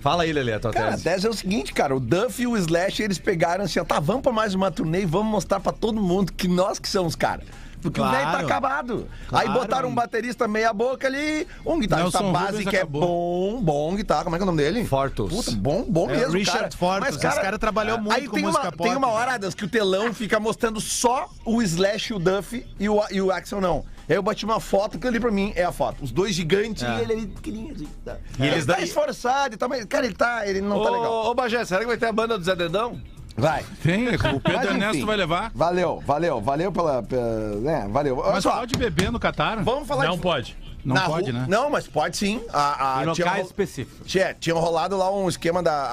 [SPEAKER 7] Fala aí, Lelê, a tua
[SPEAKER 1] Cara, a
[SPEAKER 7] tese.
[SPEAKER 1] tese é o seguinte, cara, o Duff e o Slash, eles pegaram assim, ó, tá, vamos pra mais uma turnê e vamos mostrar pra todo mundo que nós que somos, cara. Porque o velho tá
[SPEAKER 3] Claro.
[SPEAKER 1] acabado.
[SPEAKER 3] Claro.
[SPEAKER 1] Aí botaram um baterista meia boca ali, um guitarrista
[SPEAKER 5] Nelson
[SPEAKER 1] base
[SPEAKER 5] Rubens
[SPEAKER 1] que
[SPEAKER 5] acabou.
[SPEAKER 1] é bom, bom guitarra, como é que é o nome dele?
[SPEAKER 7] Fortus.
[SPEAKER 1] Puta, bom, bom
[SPEAKER 3] É,
[SPEAKER 1] mesmo,
[SPEAKER 3] Richard
[SPEAKER 1] cara.
[SPEAKER 3] Fortus,
[SPEAKER 1] Mas,
[SPEAKER 3] esse cara trabalhou muito
[SPEAKER 1] aí
[SPEAKER 3] com
[SPEAKER 1] tem
[SPEAKER 3] música
[SPEAKER 1] uma,
[SPEAKER 3] pop,
[SPEAKER 1] Tem uma
[SPEAKER 3] né?
[SPEAKER 1] hora, Adams, que o telão fica mostrando só o Slash e o Duff e o, e o Axel não. Aí eu bati uma foto, que ali pra mim é a foto. Os dois gigantes
[SPEAKER 3] É.
[SPEAKER 1] e ele ali pequenininho. Assim, tá.
[SPEAKER 7] eles
[SPEAKER 1] ele tá
[SPEAKER 7] daí-
[SPEAKER 1] esforçado e tal, mas, cara, ele tá, ele não tá legal.
[SPEAKER 7] Ô, ô, Bagé, será que vai ter a banda do Zé Dedão?
[SPEAKER 1] Vai.
[SPEAKER 5] Tem, o
[SPEAKER 1] Mas,
[SPEAKER 5] Pedro
[SPEAKER 1] enfim.
[SPEAKER 5] Ernesto vai levar.
[SPEAKER 1] Valeu, valeu, valeu pela. pela- né, valeu. Olha
[SPEAKER 5] Mas
[SPEAKER 1] só,
[SPEAKER 5] pode beber no Catar?
[SPEAKER 1] vamos falar
[SPEAKER 8] Não
[SPEAKER 1] de-
[SPEAKER 8] pode.
[SPEAKER 5] Não
[SPEAKER 1] na
[SPEAKER 5] pode,
[SPEAKER 1] rua-
[SPEAKER 5] né?
[SPEAKER 1] Não, mas pode sim. A, a,
[SPEAKER 2] Em
[SPEAKER 1] tinha,
[SPEAKER 2] locais
[SPEAKER 1] rol-
[SPEAKER 2] específicos.
[SPEAKER 1] tinha, tinha rolado lá um esquema da. a-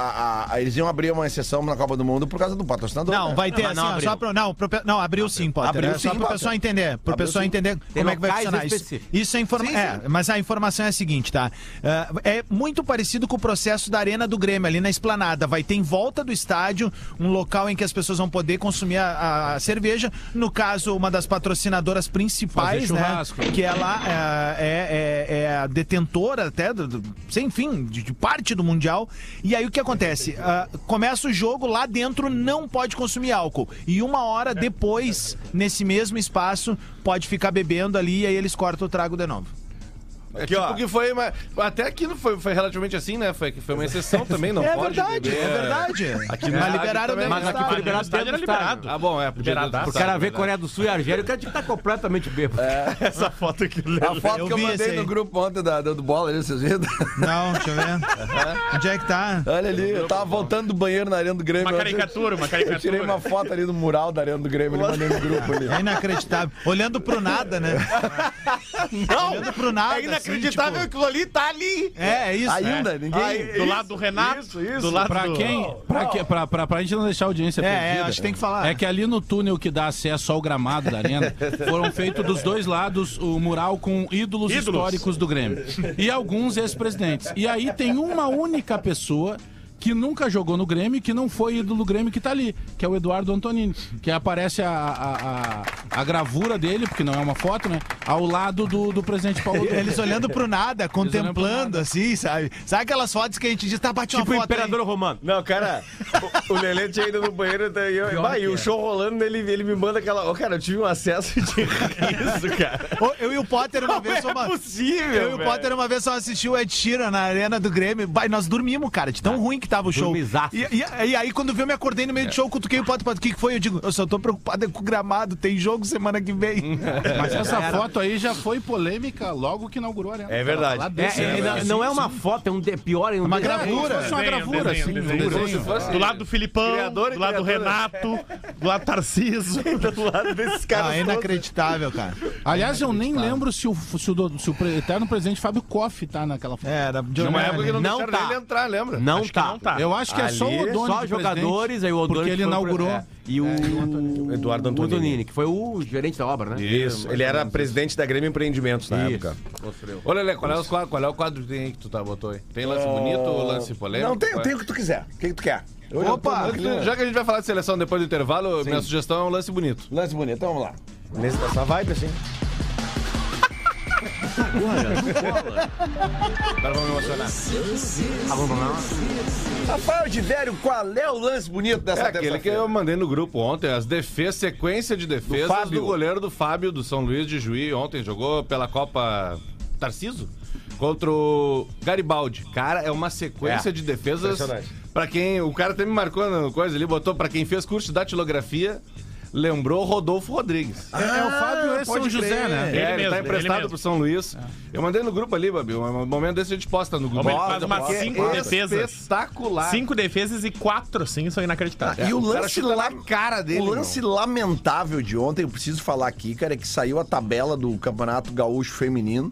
[SPEAKER 1] a- a- eles iam abrir uma exceção na Copa do Mundo por causa do patrocinador.
[SPEAKER 3] Não,
[SPEAKER 1] né?
[SPEAKER 3] vai ter
[SPEAKER 2] Mas não
[SPEAKER 3] assim, ó,
[SPEAKER 2] abriu.
[SPEAKER 3] só pro, não, pro, pe- não, abriu sim, Potter.
[SPEAKER 1] Abriu
[SPEAKER 3] é só
[SPEAKER 1] sim,
[SPEAKER 3] pro
[SPEAKER 1] Potter.
[SPEAKER 3] pessoal entender, pro
[SPEAKER 1] Abriu
[SPEAKER 3] pessoal
[SPEAKER 1] sim.
[SPEAKER 3] entender como é que vai
[SPEAKER 2] locais
[SPEAKER 3] funcionar isso.
[SPEAKER 2] específicos.
[SPEAKER 3] Isso é informação, é, mas a informação é a seguinte, tá? É é muito parecido com o processo da Arena do Grêmio ali na Esplanada, vai ter em volta do estádio um local em que as pessoas vão poder consumir a, a cerveja, no caso uma das patrocinadoras principais,
[SPEAKER 5] Fazer
[SPEAKER 3] né,
[SPEAKER 5] churrasco.
[SPEAKER 3] que ela é, é- é- é a detentora até, do, do- sem fim, de, de parte do Mundial. E aí o que acontece? Ah, começa o jogo, lá dentro não pode consumir álcool. E uma hora depois, nesse mesmo espaço, pode ficar bebendo ali e aí eles cortam o trago de novo.
[SPEAKER 7] É tipo que foi, mas até aqui não foi, foi relativamente assim, né? Foi, foi uma exceção também,
[SPEAKER 3] É
[SPEAKER 7] não pode beber. É. Aqui no
[SPEAKER 3] Mas
[SPEAKER 7] estádio
[SPEAKER 3] liberaram
[SPEAKER 7] também.
[SPEAKER 3] dentro
[SPEAKER 2] Mas
[SPEAKER 3] do estádio.
[SPEAKER 2] aqui foi tá liberado
[SPEAKER 8] estádio
[SPEAKER 2] dentro
[SPEAKER 8] era
[SPEAKER 2] do
[SPEAKER 8] liberado.
[SPEAKER 2] estádio.
[SPEAKER 7] Ah, bom, é, podia
[SPEAKER 8] Liberadaço.
[SPEAKER 2] O cara vê Coreia do Sul e Argélia, o cara tinha que tá completamente bêbado.
[SPEAKER 8] Essa foto aqui.
[SPEAKER 1] A foto
[SPEAKER 3] Eu
[SPEAKER 1] que eu
[SPEAKER 3] vi esse
[SPEAKER 1] mandei
[SPEAKER 3] aí.
[SPEAKER 1] no grupo ontem da, do, do bola, ali, vocês viram?
[SPEAKER 3] Não, deixa eu ver. Onde é que tá?
[SPEAKER 1] Olha ali, eu tava voltando do banheiro na Arena do Grêmio.
[SPEAKER 8] Uma
[SPEAKER 1] eu-
[SPEAKER 8] caricatura, uma
[SPEAKER 1] Eu tirei uma
[SPEAKER 8] caricatura.
[SPEAKER 1] foto ali do mural da Arena do Grêmio, ele mandei no grupo ali.
[SPEAKER 3] É inacreditável. Olhando pro nada, né?
[SPEAKER 7] Não,
[SPEAKER 3] Olhando pro nada.
[SPEAKER 7] é inacreditável
[SPEAKER 3] assim,
[SPEAKER 7] que
[SPEAKER 3] tipo,
[SPEAKER 7] aquilo ali tá ali.
[SPEAKER 3] É, é isso.
[SPEAKER 1] Ainda, ninguém.
[SPEAKER 8] Do lado do Renato, do lado
[SPEAKER 5] Pra
[SPEAKER 8] do...
[SPEAKER 5] quem? Pra, que, pra, pra, pra gente não deixar a audiência
[SPEAKER 3] É,
[SPEAKER 5] perdida.
[SPEAKER 3] é, acho que tem que falar.
[SPEAKER 5] É que ali no túnel que dá acesso ao gramado da arena, foram feitos dos dois lados o mural com ídolos,
[SPEAKER 8] Ídolos.
[SPEAKER 5] históricos do Grêmio. E alguns ex-presidentes. E aí tem uma única pessoa que nunca jogou no Grêmio e que não foi ídolo do Grêmio que tá ali, que é o Eduardo Antonini, que aparece a, a, a, a gravura dele, porque não é uma foto, né? Ao lado do, do presidente Paulo Dutra.
[SPEAKER 3] Eles olhando pro nada,
[SPEAKER 5] olhando pro
[SPEAKER 3] contemplando,
[SPEAKER 5] nada.
[SPEAKER 3] assim, sabe? Sabe aquelas fotos que a gente diz, tá, bate uma
[SPEAKER 2] Tipo o
[SPEAKER 3] foto aí.
[SPEAKER 2] imperador romano.
[SPEAKER 7] Não, cara, o, o Lelê tinha ido no banheiro daí eu, bah, e o show rolando, ele, ele me manda aquela. Ô, cara, eu tive um acesso de riso, cara.
[SPEAKER 3] Ô, Eu e o Potter uma vez...
[SPEAKER 7] Não
[SPEAKER 3] uma-
[SPEAKER 7] é possível.
[SPEAKER 3] Eu e o
[SPEAKER 7] velho.
[SPEAKER 3] Potter uma vez só assistiu o Ed Sheeran na arena do Grêmio. Vai, nós dormimos, cara, de tão ruim que tava o show.
[SPEAKER 2] Dormisaço.
[SPEAKER 3] E, e- e aí, quando viu, eu me acordei no meio do show, cutuquei o Potter, Potter, o que que foi? Eu digo, eu só tô preocupado é com o gramado, tem jogo semana que vem. É
[SPEAKER 5] Mas essa foto aí já foi polêmica logo que inaugurou a arena.
[SPEAKER 7] É verdade.
[SPEAKER 5] Lá
[SPEAKER 2] É,
[SPEAKER 5] dentro.
[SPEAKER 2] é, não- não é uma foto, é um de, pior, é um
[SPEAKER 3] Uma
[SPEAKER 2] de-
[SPEAKER 3] gravura.
[SPEAKER 5] É, uma
[SPEAKER 8] Desenho,
[SPEAKER 5] gravura,
[SPEAKER 8] desenho,
[SPEAKER 5] sim, um
[SPEAKER 8] desenho.
[SPEAKER 5] desenho.
[SPEAKER 8] Como se fosse- Do lado do Filipão,
[SPEAKER 7] Criador e
[SPEAKER 8] do lado do Renato, do lado do Tarciso.
[SPEAKER 7] Do lado desses
[SPEAKER 3] Ah,
[SPEAKER 7] caras.
[SPEAKER 3] é
[SPEAKER 7] todos.
[SPEAKER 3] inacreditável, cara.
[SPEAKER 5] Aliás, eu nem lembro se o, se o, do- se o pre- eterno presidente Fábio Koff tá naquela foto.
[SPEAKER 3] É, era de
[SPEAKER 7] Uma época que não,
[SPEAKER 2] Não
[SPEAKER 7] deixaram
[SPEAKER 2] tá.
[SPEAKER 7] ele entrar, lembra?
[SPEAKER 2] Não
[SPEAKER 8] Acho que
[SPEAKER 2] tá.
[SPEAKER 8] não tá.
[SPEAKER 5] Eu acho que é só
[SPEAKER 7] Ali,
[SPEAKER 5] o Odoni
[SPEAKER 2] Só
[SPEAKER 5] de
[SPEAKER 2] jogadores,
[SPEAKER 5] presidente,
[SPEAKER 2] aí o Odoni
[SPEAKER 5] Porque ele
[SPEAKER 2] que foi o
[SPEAKER 5] inaugurou.
[SPEAKER 2] pro- é, e o,
[SPEAKER 7] Eduardo
[SPEAKER 2] o
[SPEAKER 7] Antonini.
[SPEAKER 2] Odonini, que foi o gerente da obra, né?
[SPEAKER 7] Isso, ele era presidente da Grêmio Empreendimentos na
[SPEAKER 2] Isso.
[SPEAKER 7] época.
[SPEAKER 4] Ô, Lelê, qual é, os quadros- qual é o quadro que tem aí que tu tá, botou aí? Tem lance bonito ou lance polêmico?
[SPEAKER 1] Não, tem,
[SPEAKER 4] Qual é?
[SPEAKER 1] tem o que tu quiser. O que que tu quer? Hoje eu
[SPEAKER 3] Opa!
[SPEAKER 1] tô muito-
[SPEAKER 4] Já que a gente vai falar de seleção depois do intervalo, minha sugestão é um lance bonito.
[SPEAKER 1] Lance bonito, então vamos lá.
[SPEAKER 7] Nesse, nessa vibe, assim.
[SPEAKER 4] Agora vamos emocionar.
[SPEAKER 1] Rafael de velho, qual é o lance bonito
[SPEAKER 4] É
[SPEAKER 1] dessa
[SPEAKER 4] aquele que
[SPEAKER 1] terça-feira?
[SPEAKER 4] eu mandei no grupo ontem, as defesas, sequência de defesas do,
[SPEAKER 7] Fábio.
[SPEAKER 4] goleiro do Fábio do São Luís de Juí. Ontem jogou pela Copa Tarciso contra o Garibaldi. Cara, é uma sequência de defesas. Pra quem. O cara até me marcou na coisa ali, botou pra quem fez curso de datilografia, lembrou Rodolfo Rodrigues.
[SPEAKER 5] É, é o Fábio é São
[SPEAKER 3] pode
[SPEAKER 5] José,
[SPEAKER 3] crer.
[SPEAKER 5] né?
[SPEAKER 4] É, ele,
[SPEAKER 8] mesmo,
[SPEAKER 4] tá
[SPEAKER 8] ele
[SPEAKER 4] emprestado
[SPEAKER 8] mesmo.
[SPEAKER 4] pro São Luís. Eu mandei no grupo ali, Babi. Um momento desse a gente posta no grupo.
[SPEAKER 8] Homem, ele faz
[SPEAKER 4] Olha,
[SPEAKER 8] umas
[SPEAKER 4] porque
[SPEAKER 8] cinco
[SPEAKER 4] é
[SPEAKER 8] defesas.
[SPEAKER 4] Espetacular.
[SPEAKER 8] Cinco defesas e quatro, assim, são inacreditáveis.
[SPEAKER 1] E o
[SPEAKER 4] É, cara
[SPEAKER 1] lance
[SPEAKER 4] chuta
[SPEAKER 1] lá-
[SPEAKER 4] na cara dele.
[SPEAKER 1] O lance lamentável de ontem, eu preciso falar aqui, cara, é que saiu a tabela do Campeonato Gaúcho Feminino,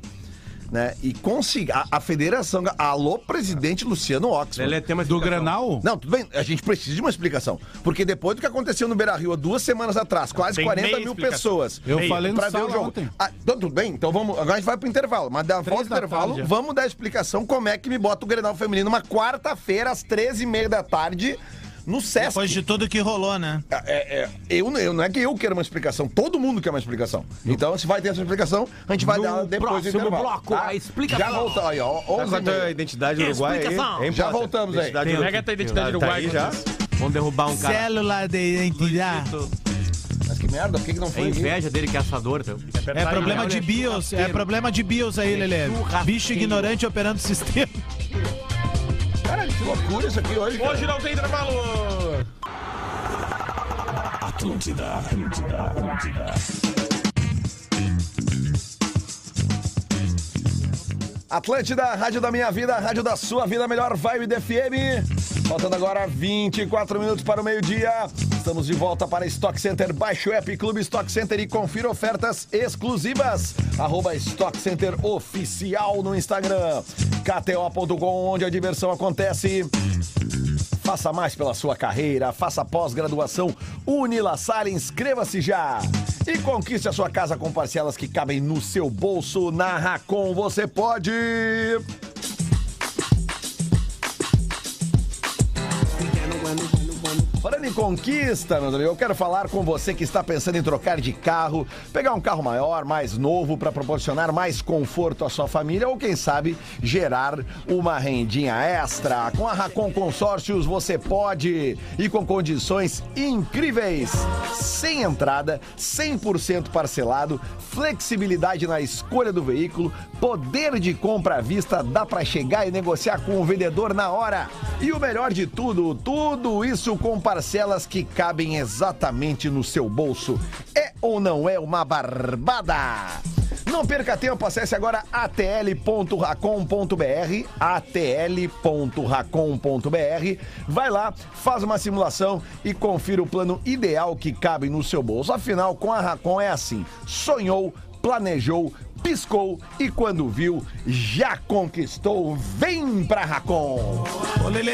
[SPEAKER 1] né? E consegui... a, a federação. Alô, presidente Luciano Oxman.
[SPEAKER 2] Ele tem uma
[SPEAKER 5] Do
[SPEAKER 2] explicação.
[SPEAKER 5] Grenal?
[SPEAKER 1] Não, tudo bem, a gente precisa de uma explicação. Porque depois do que aconteceu no Beira Rio há duas semanas atrás, quase
[SPEAKER 8] Tem
[SPEAKER 1] 40
[SPEAKER 8] meia
[SPEAKER 1] mil
[SPEAKER 8] explicação.
[SPEAKER 1] pessoas.
[SPEAKER 5] Eu
[SPEAKER 8] Meio,
[SPEAKER 5] falei no
[SPEAKER 1] Pra ver o
[SPEAKER 5] sala
[SPEAKER 1] jogo.
[SPEAKER 5] ontem.
[SPEAKER 1] Ah, então, tudo bem, então vamos. Agora a gente vai pro intervalo. Mas da volta do
[SPEAKER 5] da
[SPEAKER 1] intervalo,
[SPEAKER 5] tarde, é.
[SPEAKER 1] vamos dar a explicação como é que me bota o Grenal Feminino uma quarta-feira, às 13h30 da tarde, no Sesc.
[SPEAKER 3] Depois de tudo que rolou, né?
[SPEAKER 1] É, é, eu, eu- não é que eu quero uma explicação, todo mundo quer uma explicação. Então, se vai ter essa explicação, a gente vai
[SPEAKER 2] No
[SPEAKER 1] dar depois do
[SPEAKER 2] próximo
[SPEAKER 1] intervalo. tá?
[SPEAKER 2] bloco, a explicação.
[SPEAKER 1] Já volta aí, ó.
[SPEAKER 7] Tá
[SPEAKER 1] 11
[SPEAKER 7] com a tua identidade uruguaia aí?
[SPEAKER 2] Explicação.
[SPEAKER 7] Hein,
[SPEAKER 1] Já
[SPEAKER 7] Potter?
[SPEAKER 1] voltamos aí.
[SPEAKER 7] Identidade uruguaia.
[SPEAKER 8] Pega a tua identidade
[SPEAKER 7] Tá aí
[SPEAKER 8] uruguaia.
[SPEAKER 7] já?
[SPEAKER 2] né? Vamos derrubar um cara.
[SPEAKER 3] Célula de identidade.
[SPEAKER 1] Mas que merda, por que, que não
[SPEAKER 2] É
[SPEAKER 1] foi? em mim?
[SPEAKER 2] inveja dele que é assador. Tá?
[SPEAKER 3] É problema de BIOS, é problema de BIOS aí, Lele. Bicho ignorante operando o sistema.
[SPEAKER 1] Cara, que loucura isso aqui hoje. cara.
[SPEAKER 8] Hoje não tem intervalo!
[SPEAKER 1] Atlântida, rádio da minha vida, rádio da sua vida, melhor vibe da FM. Faltando agora 24 minutos para o meio-dia. Estamos de volta para Stock Center. Baixe o app Clube Stock Center e confira ofertas exclusivas. Arroba Stock Center Oficial no Instagram. KTO.com, onde a diversão acontece. Faça mais pela sua carreira, faça pós-graduação, Unila Sala, inscreva-se já. E conquiste a sua casa com parcelas que cabem no seu bolso. Na Racon você pode. Falando em conquista, meu amigo, eu quero falar com você que está pensando em trocar de carro, pegar um carro maior, mais novo, para proporcionar mais conforto à sua família ou, quem sabe, gerar uma rendinha extra. Com a Racon Consórcios você pode e com condições incríveis. Sem entrada, 100% parcelado, flexibilidade na escolha do veículo, poder de compra à vista, dá para chegar e negociar com o vendedor na hora. E o melhor de tudo, tudo isso com parcelas que cabem exatamente no seu bolso. É ou não é uma barbada? Não perca tempo, acesse agora atl.racom.br, atl.racom.br. Vai lá, faz uma simulação e confira o plano ideal que cabe no seu bolso. Afinal, com a Racon é assim: sonhou, planejou, piscou e quando viu, já conquistou. Vem pra Racon!
[SPEAKER 3] Ô, Lele.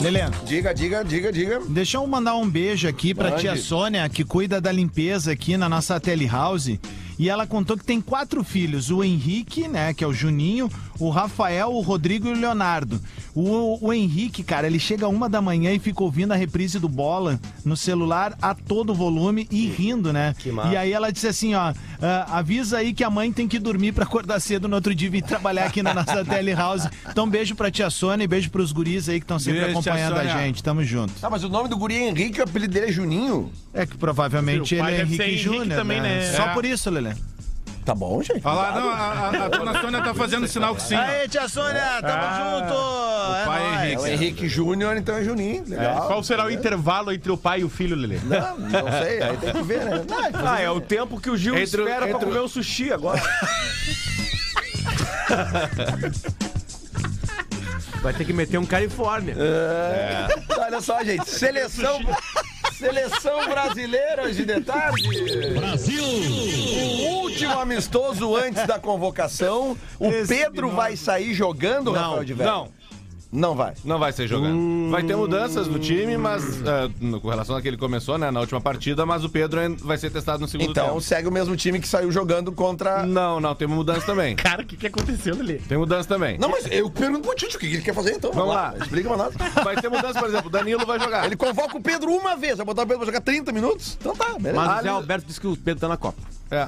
[SPEAKER 3] Lele.
[SPEAKER 1] Diga, diga, diga, diga.
[SPEAKER 3] Deixa eu mandar um beijo aqui pra tia Sônia, que cuida da limpeza aqui na nossa telehouse. E ela contou que tem quatro filhos: o Henrique, né, que é o Juninho, o Rafael, o Rodrigo e o Leonardo. O, o Henrique, cara, ele chega uma da manhã e fica ouvindo a reprise do bola no celular a todo volume e rindo, né? e aí ela disse assim: ó, "Ah, avisa aí que a mãe tem que dormir pra acordar cedo no outro dia e vir trabalhar aqui na nossa telehouse. Então, beijo pra tia Sônia e beijo pros guris aí que estão sempre
[SPEAKER 5] Beijo, tia
[SPEAKER 3] acompanhando a
[SPEAKER 5] Sônia.
[SPEAKER 3] gente. Tamo junto.
[SPEAKER 1] Ah, mas o nome do guri é Henrique, o apelido dele é Juninho.
[SPEAKER 3] É que provavelmente
[SPEAKER 8] Meu
[SPEAKER 3] ele
[SPEAKER 8] pai
[SPEAKER 3] é
[SPEAKER 8] deve ser
[SPEAKER 3] Henrique
[SPEAKER 8] Henrique
[SPEAKER 3] Júnior.
[SPEAKER 8] também,
[SPEAKER 3] né?
[SPEAKER 8] né?
[SPEAKER 3] Só
[SPEAKER 5] É.
[SPEAKER 3] por isso, Lelê.
[SPEAKER 1] Tá bom, gente?
[SPEAKER 5] Olha lá, não, a, a, a dona Sônia tá fazendo sinal que sim. ó.
[SPEAKER 3] tia Sônia, tamo
[SPEAKER 4] Ah.
[SPEAKER 3] junto!
[SPEAKER 5] o pai é
[SPEAKER 1] É
[SPEAKER 5] Henrique.
[SPEAKER 1] o Henrique Júnior, então é Juninho. Legal.
[SPEAKER 8] Qual será o intervalo entre o pai e o filho, Lelê?
[SPEAKER 1] Não, não sei, aí tem que ver, né? Não,
[SPEAKER 7] Ah, é o tempo que o Gil
[SPEAKER 4] Entre o-
[SPEAKER 7] espera pra
[SPEAKER 4] entre o-
[SPEAKER 7] comer o sushi agora.
[SPEAKER 2] Vai ter que meter um Califórnia.
[SPEAKER 1] olha só, gente. Seleção, seleção brasileira hoje de tarde. Brasil! O último amistoso antes da convocação. O Pedro vai sair jogando, Rafael de Velho?
[SPEAKER 4] Não,
[SPEAKER 1] Não vai.
[SPEAKER 4] não vai ser jogado.
[SPEAKER 2] Hum.
[SPEAKER 4] Vai ter mudanças no time, mas ah, no- com relação àquele que começou, né, na última partida, mas o Pedro ainda vai ser testado no segundo
[SPEAKER 1] Então
[SPEAKER 4] tempo.
[SPEAKER 1] segue o mesmo time que saiu jogando contra.
[SPEAKER 4] Não, não, tem uma mudança também.
[SPEAKER 8] Cara, o que, que aconteceu, Lelê?
[SPEAKER 4] Tem mudança também.
[SPEAKER 1] Não, mas eu pergunto pro Tite o que ele quer fazer então.
[SPEAKER 4] Vamos lá.
[SPEAKER 1] Explica pra nós.
[SPEAKER 4] Vai ter mudança, por exemplo, o Danilo vai jogar.
[SPEAKER 1] Ele convoca o Pedro uma vez, vai botar o Pedro pra jogar 30 minutos? Então tá, beleza.
[SPEAKER 2] Mas o
[SPEAKER 4] Ali-
[SPEAKER 2] Zé Alberto disse que o Pedro tá na Copa.
[SPEAKER 4] É.